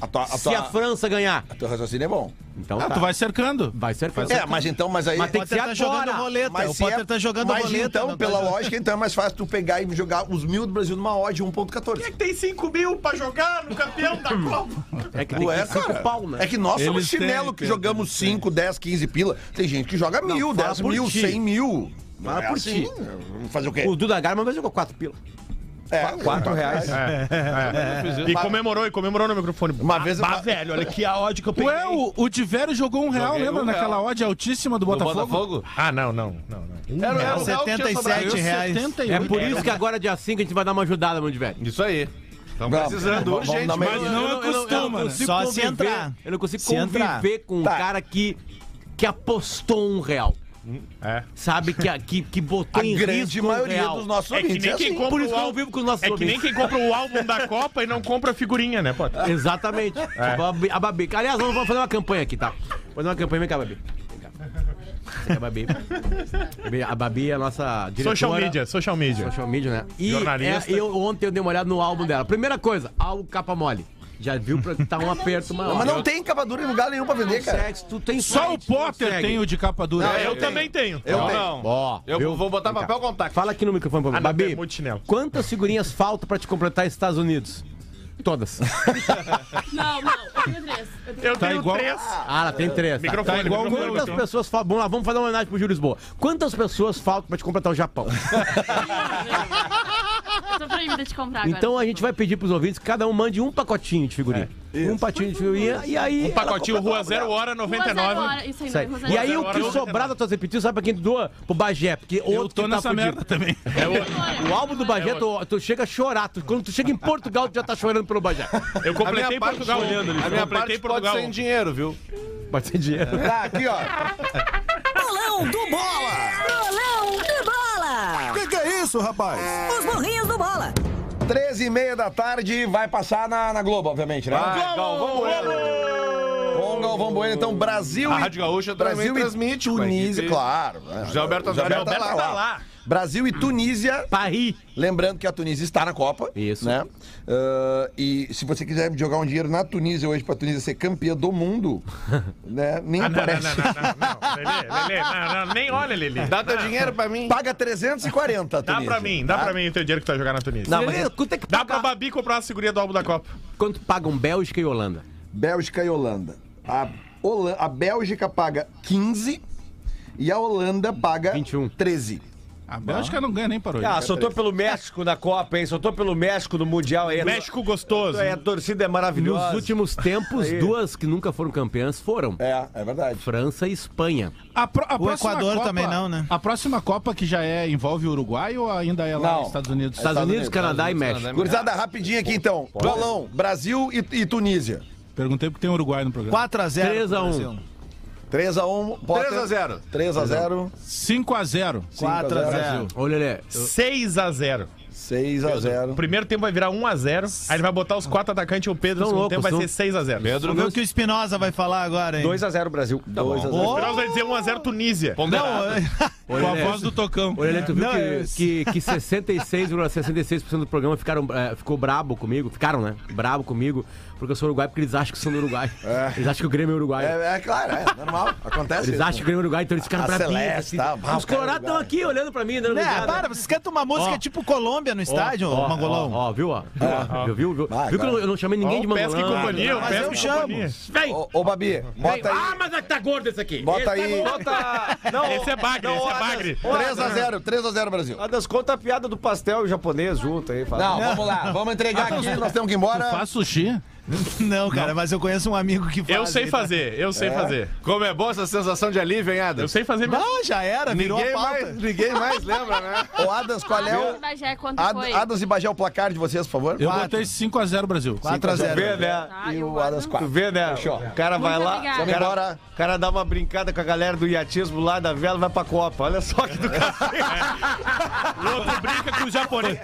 [SPEAKER 9] A tua, a
[SPEAKER 2] Se
[SPEAKER 9] tua,
[SPEAKER 2] a França ganhar,
[SPEAKER 9] Teu raciocínio é bom.
[SPEAKER 2] então
[SPEAKER 5] Ah,
[SPEAKER 2] tá.
[SPEAKER 5] tu vai cercando.
[SPEAKER 2] Vai ser campeão.
[SPEAKER 9] É, mas então, mas aí.
[SPEAKER 2] Mas tem
[SPEAKER 3] O Potter
[SPEAKER 2] que
[SPEAKER 3] tá
[SPEAKER 2] ser
[SPEAKER 3] jogando
[SPEAKER 2] agora.
[SPEAKER 3] roleta.
[SPEAKER 9] Mas
[SPEAKER 3] o
[SPEAKER 9] se é-
[SPEAKER 3] Potter tá jogando
[SPEAKER 9] mas
[SPEAKER 3] roleta.
[SPEAKER 9] então,
[SPEAKER 3] não
[SPEAKER 9] pela
[SPEAKER 3] tá jogando-
[SPEAKER 9] lógica, então é mais fácil tu pegar e jogar os mil do Brasil numa odd de 1.14.
[SPEAKER 8] Tem 5 mil pra jogar no campeão da Copa.
[SPEAKER 2] É que tem
[SPEAKER 9] Ué,
[SPEAKER 2] que ser
[SPEAKER 9] cara,
[SPEAKER 2] cinco pau, né?
[SPEAKER 9] É que nós somos
[SPEAKER 5] Eles têm,
[SPEAKER 9] chinelo que
[SPEAKER 5] Pedro,
[SPEAKER 9] jogamos 5, 10, 15 pila. Tem gente que joga mil,
[SPEAKER 2] fala
[SPEAKER 9] 10
[SPEAKER 2] por
[SPEAKER 9] mil,
[SPEAKER 2] ti.
[SPEAKER 9] 100 mil. Não
[SPEAKER 2] Fala
[SPEAKER 9] é
[SPEAKER 2] por
[SPEAKER 9] assim.
[SPEAKER 2] ti.
[SPEAKER 9] Fazer o quê?
[SPEAKER 2] O Duda Garma uma vez jogou quatro pila.
[SPEAKER 9] É, 4 reais.
[SPEAKER 8] E comemorou, e comemorou no microfone.
[SPEAKER 9] Uma vez eu-
[SPEAKER 8] Ah, velho, olha que a ódio que eu peguei.
[SPEAKER 5] Ué, o, o Tiverio jogou um real,
[SPEAKER 4] Joguei
[SPEAKER 5] lembra?
[SPEAKER 4] um
[SPEAKER 5] naquela
[SPEAKER 4] real.
[SPEAKER 5] odd altíssima do
[SPEAKER 4] Do
[SPEAKER 5] Botafogo?
[SPEAKER 4] Botafogo?
[SPEAKER 8] Ah, não, não, não, não. Um
[SPEAKER 3] É
[SPEAKER 4] Era-
[SPEAKER 8] real.
[SPEAKER 4] era o real que tinha
[SPEAKER 3] 77
[SPEAKER 4] sobrado.
[SPEAKER 3] reais.
[SPEAKER 2] É por isso que agora, dia 5, a gente vai dar uma ajudada, meu de velho.
[SPEAKER 3] Então,
[SPEAKER 4] Isso aí. Estão
[SPEAKER 9] Vamos,
[SPEAKER 4] precisando
[SPEAKER 9] vamos- vamos
[SPEAKER 4] urgente.
[SPEAKER 9] dar uma-
[SPEAKER 4] mas-
[SPEAKER 5] Não
[SPEAKER 2] Eu eu eu
[SPEAKER 5] acostuma, né?
[SPEAKER 2] consigo
[SPEAKER 3] Só se
[SPEAKER 2] conviver-
[SPEAKER 3] entrar.
[SPEAKER 2] Eu não consigo
[SPEAKER 3] Se
[SPEAKER 2] conviver com um
[SPEAKER 9] Tá.
[SPEAKER 2] cara que, que apostou um real.
[SPEAKER 8] é.
[SPEAKER 2] Sabe? Que, que, que botou
[SPEAKER 9] A
[SPEAKER 2] em
[SPEAKER 9] grande
[SPEAKER 2] risco um
[SPEAKER 9] maioria
[SPEAKER 2] real.
[SPEAKER 9] dos nossos
[SPEAKER 8] É que
[SPEAKER 9] ouvintes.
[SPEAKER 8] nem
[SPEAKER 9] é
[SPEAKER 8] quem
[SPEAKER 9] assim.
[SPEAKER 8] compra
[SPEAKER 2] Por isso que
[SPEAKER 8] o
[SPEAKER 2] eu
[SPEAKER 8] álbum.
[SPEAKER 2] vivo com os nossos
[SPEAKER 8] É que nem
[SPEAKER 2] ouvintes.
[SPEAKER 8] quem compra o álbum da Copa e não compra a figurinha, né, Potter?
[SPEAKER 2] Exatamente.
[SPEAKER 8] É.
[SPEAKER 2] A Babi- A Babi. Aliás, vamos vamos fazer uma campanha aqui, tá? Vamos fazer uma campanha. Vem cá, Babi. Vem cá. Essa aqui é a Babi. Babi- A Babi é a nossa diretora.
[SPEAKER 8] Social media, social media.
[SPEAKER 2] Social media, né? E
[SPEAKER 8] Jornalista.
[SPEAKER 2] é, eu, ontem eu dei uma olhada no álbum dela. Primeira coisa, álbum capa mole. Já viu pra que tá um aperto maior.
[SPEAKER 9] Mas não tem capa dura em lugar nenhum pra vender, cara.
[SPEAKER 2] Sexo, tu tem
[SPEAKER 5] Só o
[SPEAKER 2] site, tu
[SPEAKER 5] Potter
[SPEAKER 2] consegue.
[SPEAKER 5] tem o de capa dura. É.
[SPEAKER 8] Ah, eu também tenho.
[SPEAKER 9] Eu
[SPEAKER 8] Não,
[SPEAKER 9] tenho.
[SPEAKER 8] não.
[SPEAKER 2] Ó,
[SPEAKER 4] Eu
[SPEAKER 2] viu?
[SPEAKER 4] vou botar
[SPEAKER 2] Vem cá.
[SPEAKER 4] papel contato.
[SPEAKER 2] Fala aqui no microfone pra mim.
[SPEAKER 8] Ah, não,
[SPEAKER 2] Babi,
[SPEAKER 8] tem muito chinelo.
[SPEAKER 2] quantas figurinhas faltam pra te completar Estados Unidos? Todas.
[SPEAKER 10] Não, não, eu tenho três. Eu tenho
[SPEAKER 8] Eu tenho
[SPEAKER 5] igual-
[SPEAKER 8] três.
[SPEAKER 2] Ah, ela tem três. tá.
[SPEAKER 8] É, Microfone,
[SPEAKER 5] tá igual o
[SPEAKER 8] microfone. é né?
[SPEAKER 5] meu,
[SPEAKER 2] Quantas pessoas faltam? Vamos lá, vamos fazer uma homenagem pro Júlio Lisboa. Quantas pessoas faltam pra te completar o Japão?
[SPEAKER 10] Eu tô proibida de comprar agora.
[SPEAKER 2] Então a gente vai pedir pros ouvintes que cada um mande um pacotinho de figurinha. Um patinho de figurinha e aí.
[SPEAKER 8] Um pacotinho Rua 0 Hora
[SPEAKER 10] Rua zero
[SPEAKER 8] 99.
[SPEAKER 10] hora, isso aí,
[SPEAKER 2] Isso aí.
[SPEAKER 10] Rua zero
[SPEAKER 2] E aí
[SPEAKER 10] hora.
[SPEAKER 2] o que
[SPEAKER 8] Zero hora,
[SPEAKER 2] sobrar da tua repetiu, sabe pra quem tu doa? Pro Bagé, porque outro
[SPEAKER 5] Eu tô
[SPEAKER 2] que tá
[SPEAKER 5] nessa
[SPEAKER 2] fudido.
[SPEAKER 5] merda também.
[SPEAKER 8] É o-
[SPEAKER 2] O álbum do Bagé, tu, tu chega a chorar. Tu- quando tu chega em Portugal, tu já tá chorando pelo Bagé.
[SPEAKER 8] Eu
[SPEAKER 4] A
[SPEAKER 8] completei
[SPEAKER 4] minha parte,
[SPEAKER 8] Portugal.
[SPEAKER 4] a
[SPEAKER 8] Eu
[SPEAKER 4] minha parte
[SPEAKER 8] completei
[SPEAKER 4] pode
[SPEAKER 8] Portugal.
[SPEAKER 4] ser em dinheiro, viu?
[SPEAKER 2] Pode ser dinheiro.
[SPEAKER 1] É.
[SPEAKER 9] Tá, aqui, ó.
[SPEAKER 11] Bolão do Bola! Bolão do Bola!
[SPEAKER 9] O que é isso, rapaz?
[SPEAKER 11] Os burrinhos do Bola!
[SPEAKER 1] 13 e meia da tarde vai passar na, na Globo, obviamente, né?
[SPEAKER 4] Ah, Galvão Bueno.
[SPEAKER 1] Com Galvão Bueno, então Brasil
[SPEAKER 4] A
[SPEAKER 1] e-
[SPEAKER 4] Rádio Gaúcha também
[SPEAKER 1] Brasil e
[SPEAKER 4] transmite, mas
[SPEAKER 1] Tunísia,
[SPEAKER 4] tem-
[SPEAKER 1] claro. né?
[SPEAKER 4] José Alberto
[SPEAKER 1] José
[SPEAKER 4] Alberto
[SPEAKER 1] Alberto
[SPEAKER 4] tá
[SPEAKER 1] tá lá. Brasil e Tunísia,
[SPEAKER 2] Paris.
[SPEAKER 1] lembrando que a Tunísia está na Copa.
[SPEAKER 2] Isso.
[SPEAKER 1] Né? Ah, e se você quiser jogar um dinheiro na Tunísia hoje pra Tunísia ser campeã do mundo, né? Nem
[SPEAKER 8] Ah, não, não, não,
[SPEAKER 1] aparece.
[SPEAKER 8] não, não, não. Lelê, Lelê, não, não, nem olha, Lelê. Dá,
[SPEAKER 4] Dá teu dinheiro pra mim.
[SPEAKER 1] Paga 340 a
[SPEAKER 8] dá
[SPEAKER 1] Tunísia.
[SPEAKER 8] pra mim, dá
[SPEAKER 1] tá?
[SPEAKER 8] pra mim o teu dinheiro que tu vai jogar na Tunísia.
[SPEAKER 2] Não, mas quanto é que
[SPEAKER 8] Dá pra
[SPEAKER 2] paga-
[SPEAKER 8] Babi comprar uma segurinha do álbum da Copa.
[SPEAKER 2] Quanto pagam Bélgica e Holanda?
[SPEAKER 1] Bélgica e Holanda. A, Holan- a Bélgica paga 15 e a Holanda paga
[SPEAKER 2] 21.
[SPEAKER 1] 13.
[SPEAKER 5] A Bélgica não ganha nem para hoje.
[SPEAKER 7] Ah, soltou pelo México na Copa, hein? Soltou pelo México no Mundial aí.
[SPEAKER 8] México gostoso.
[SPEAKER 7] É, a torcida é
[SPEAKER 2] Nos
[SPEAKER 7] maravilhosa.
[SPEAKER 2] últimos tempos, duas que nunca foram campeãs foram.
[SPEAKER 1] É, é verdade.
[SPEAKER 2] França e Espanha.
[SPEAKER 5] A pro- a próxima
[SPEAKER 3] Equador
[SPEAKER 5] Copa-
[SPEAKER 3] também não, né?
[SPEAKER 5] A próxima Copa que já é, envolve o Uruguai ou ainda é lá
[SPEAKER 1] Não.
[SPEAKER 5] nos Estados Unidos?
[SPEAKER 2] Estados, Unidos,
[SPEAKER 1] Unidos,
[SPEAKER 2] Canadá e México.
[SPEAKER 1] Gurizada, rapidinho aqui então. Bolão, Brasil e, e Tunísia.
[SPEAKER 5] Perguntei porque tem Uruguai no programa.
[SPEAKER 3] 4x0.
[SPEAKER 2] 3 a 1.
[SPEAKER 1] 3x1,
[SPEAKER 4] 3x0.
[SPEAKER 1] 3x0,
[SPEAKER 5] 5x0.
[SPEAKER 1] 4x0,
[SPEAKER 2] Olha, Lelê,
[SPEAKER 8] 6x0.
[SPEAKER 1] 6x0.
[SPEAKER 8] Primeiro tempo vai virar 1x0. Aí ele vai botar os quatro atacantes e o Pedro no
[SPEAKER 2] Tão
[SPEAKER 8] segundo
[SPEAKER 2] loucos,
[SPEAKER 8] tempo vai
[SPEAKER 2] tão-
[SPEAKER 8] ser 6x0. Pedro.
[SPEAKER 3] Vamos ver o que o Espinosa vai falar agora, hein?
[SPEAKER 7] 2x0 Brasil.
[SPEAKER 8] O Esperança vai dizer 1x0 Tunísia.
[SPEAKER 3] é.
[SPEAKER 5] Com a voz do Tocão.
[SPEAKER 2] Olha, Lelê, tu viu
[SPEAKER 3] Não, é isso.
[SPEAKER 2] que, que, que 66,66% do programa ficaram, eh, ficou brabo comigo, ficaram, né? Brabo comigo, porque eu sou uruguai, porque eles acham que sou do Uruguai. Eles acham que o Grêmio é uruguai.
[SPEAKER 1] É, é claro, é normal, acontece.
[SPEAKER 2] Eles
[SPEAKER 1] isso.
[SPEAKER 2] acham que o Grêmio é uruguai, então eles ficaram
[SPEAKER 1] A
[SPEAKER 2] pra
[SPEAKER 1] Celeste, tá? Ah,
[SPEAKER 2] Os
[SPEAKER 1] o cara é
[SPEAKER 2] colorados estão
[SPEAKER 1] uruguai.
[SPEAKER 2] aqui olhando pra mim, dando
[SPEAKER 3] É,
[SPEAKER 2] risada.
[SPEAKER 3] para, vocês cantam uma música
[SPEAKER 2] Ó.
[SPEAKER 3] tipo Colômbia no estádio,
[SPEAKER 2] Ó, ó,
[SPEAKER 3] Mangolão.
[SPEAKER 2] Ó, ó, viu, ó. Viu, ó. Viu, viu, viu?
[SPEAKER 1] Vai,
[SPEAKER 2] Viu que eu
[SPEAKER 1] vai.
[SPEAKER 2] não, eu não chamei ninguém
[SPEAKER 8] Ó,
[SPEAKER 2] de
[SPEAKER 8] o Pesca e
[SPEAKER 2] mangolão.
[SPEAKER 8] companhia, o
[SPEAKER 3] Mas
[SPEAKER 8] Pesca
[SPEAKER 3] eu
[SPEAKER 8] e
[SPEAKER 3] chamo.
[SPEAKER 8] companhia.
[SPEAKER 2] Vem!
[SPEAKER 1] Ô, ô, Babi, bota
[SPEAKER 2] Ah,
[SPEAKER 1] aí.
[SPEAKER 2] mas é que tá gordo esse aqui.
[SPEAKER 1] Bota
[SPEAKER 2] Esse tá
[SPEAKER 1] aí.
[SPEAKER 2] gordo.
[SPEAKER 7] Ah, Não,
[SPEAKER 8] Esse é bagre,
[SPEAKER 7] não,
[SPEAKER 8] esse é
[SPEAKER 7] Adas-
[SPEAKER 8] bagre.
[SPEAKER 7] Ô, Adas,
[SPEAKER 1] 3x0, 3x0 Brasil.
[SPEAKER 7] Adas, conta a piada do pastel japonês junto aí. Fala.
[SPEAKER 1] Não, vamos lá, vamos entregar aqui, nós temos que ir embora.
[SPEAKER 5] Faz sushi.
[SPEAKER 3] Não, cara, mas eu conheço um amigo que faz.
[SPEAKER 8] Eu sei fazer, eu sei
[SPEAKER 3] É?
[SPEAKER 8] fazer.
[SPEAKER 4] Como é boa essa sensação de alívio, hein, Adam?
[SPEAKER 8] Eu sei fazer mesmo.
[SPEAKER 3] Não, já era, virou
[SPEAKER 4] Ninguém
[SPEAKER 3] a pauta.
[SPEAKER 4] mais, ninguém mais lembra, né?
[SPEAKER 1] Ô, Adas, qual é o.
[SPEAKER 10] Bagé, quanto
[SPEAKER 1] Ad-
[SPEAKER 10] foi?
[SPEAKER 1] Adas e Bagé, o placar de vocês, por favor.
[SPEAKER 5] Eu botei 5x0 Brasil.
[SPEAKER 3] 4x0.
[SPEAKER 7] Vê, né?
[SPEAKER 10] Ah,
[SPEAKER 1] E
[SPEAKER 10] eu
[SPEAKER 1] o Adas 4.
[SPEAKER 7] Tu vê, né?
[SPEAKER 1] Fechou.
[SPEAKER 7] O cara vai
[SPEAKER 10] Muito
[SPEAKER 7] lá,
[SPEAKER 10] obrigada.
[SPEAKER 7] o
[SPEAKER 1] Vamos embora.
[SPEAKER 7] cara, o cara dá uma brincada com a galera do iatismo lá da vela e vai pra Copa. Olha só que do cara.
[SPEAKER 8] O outro brinca com o japonês.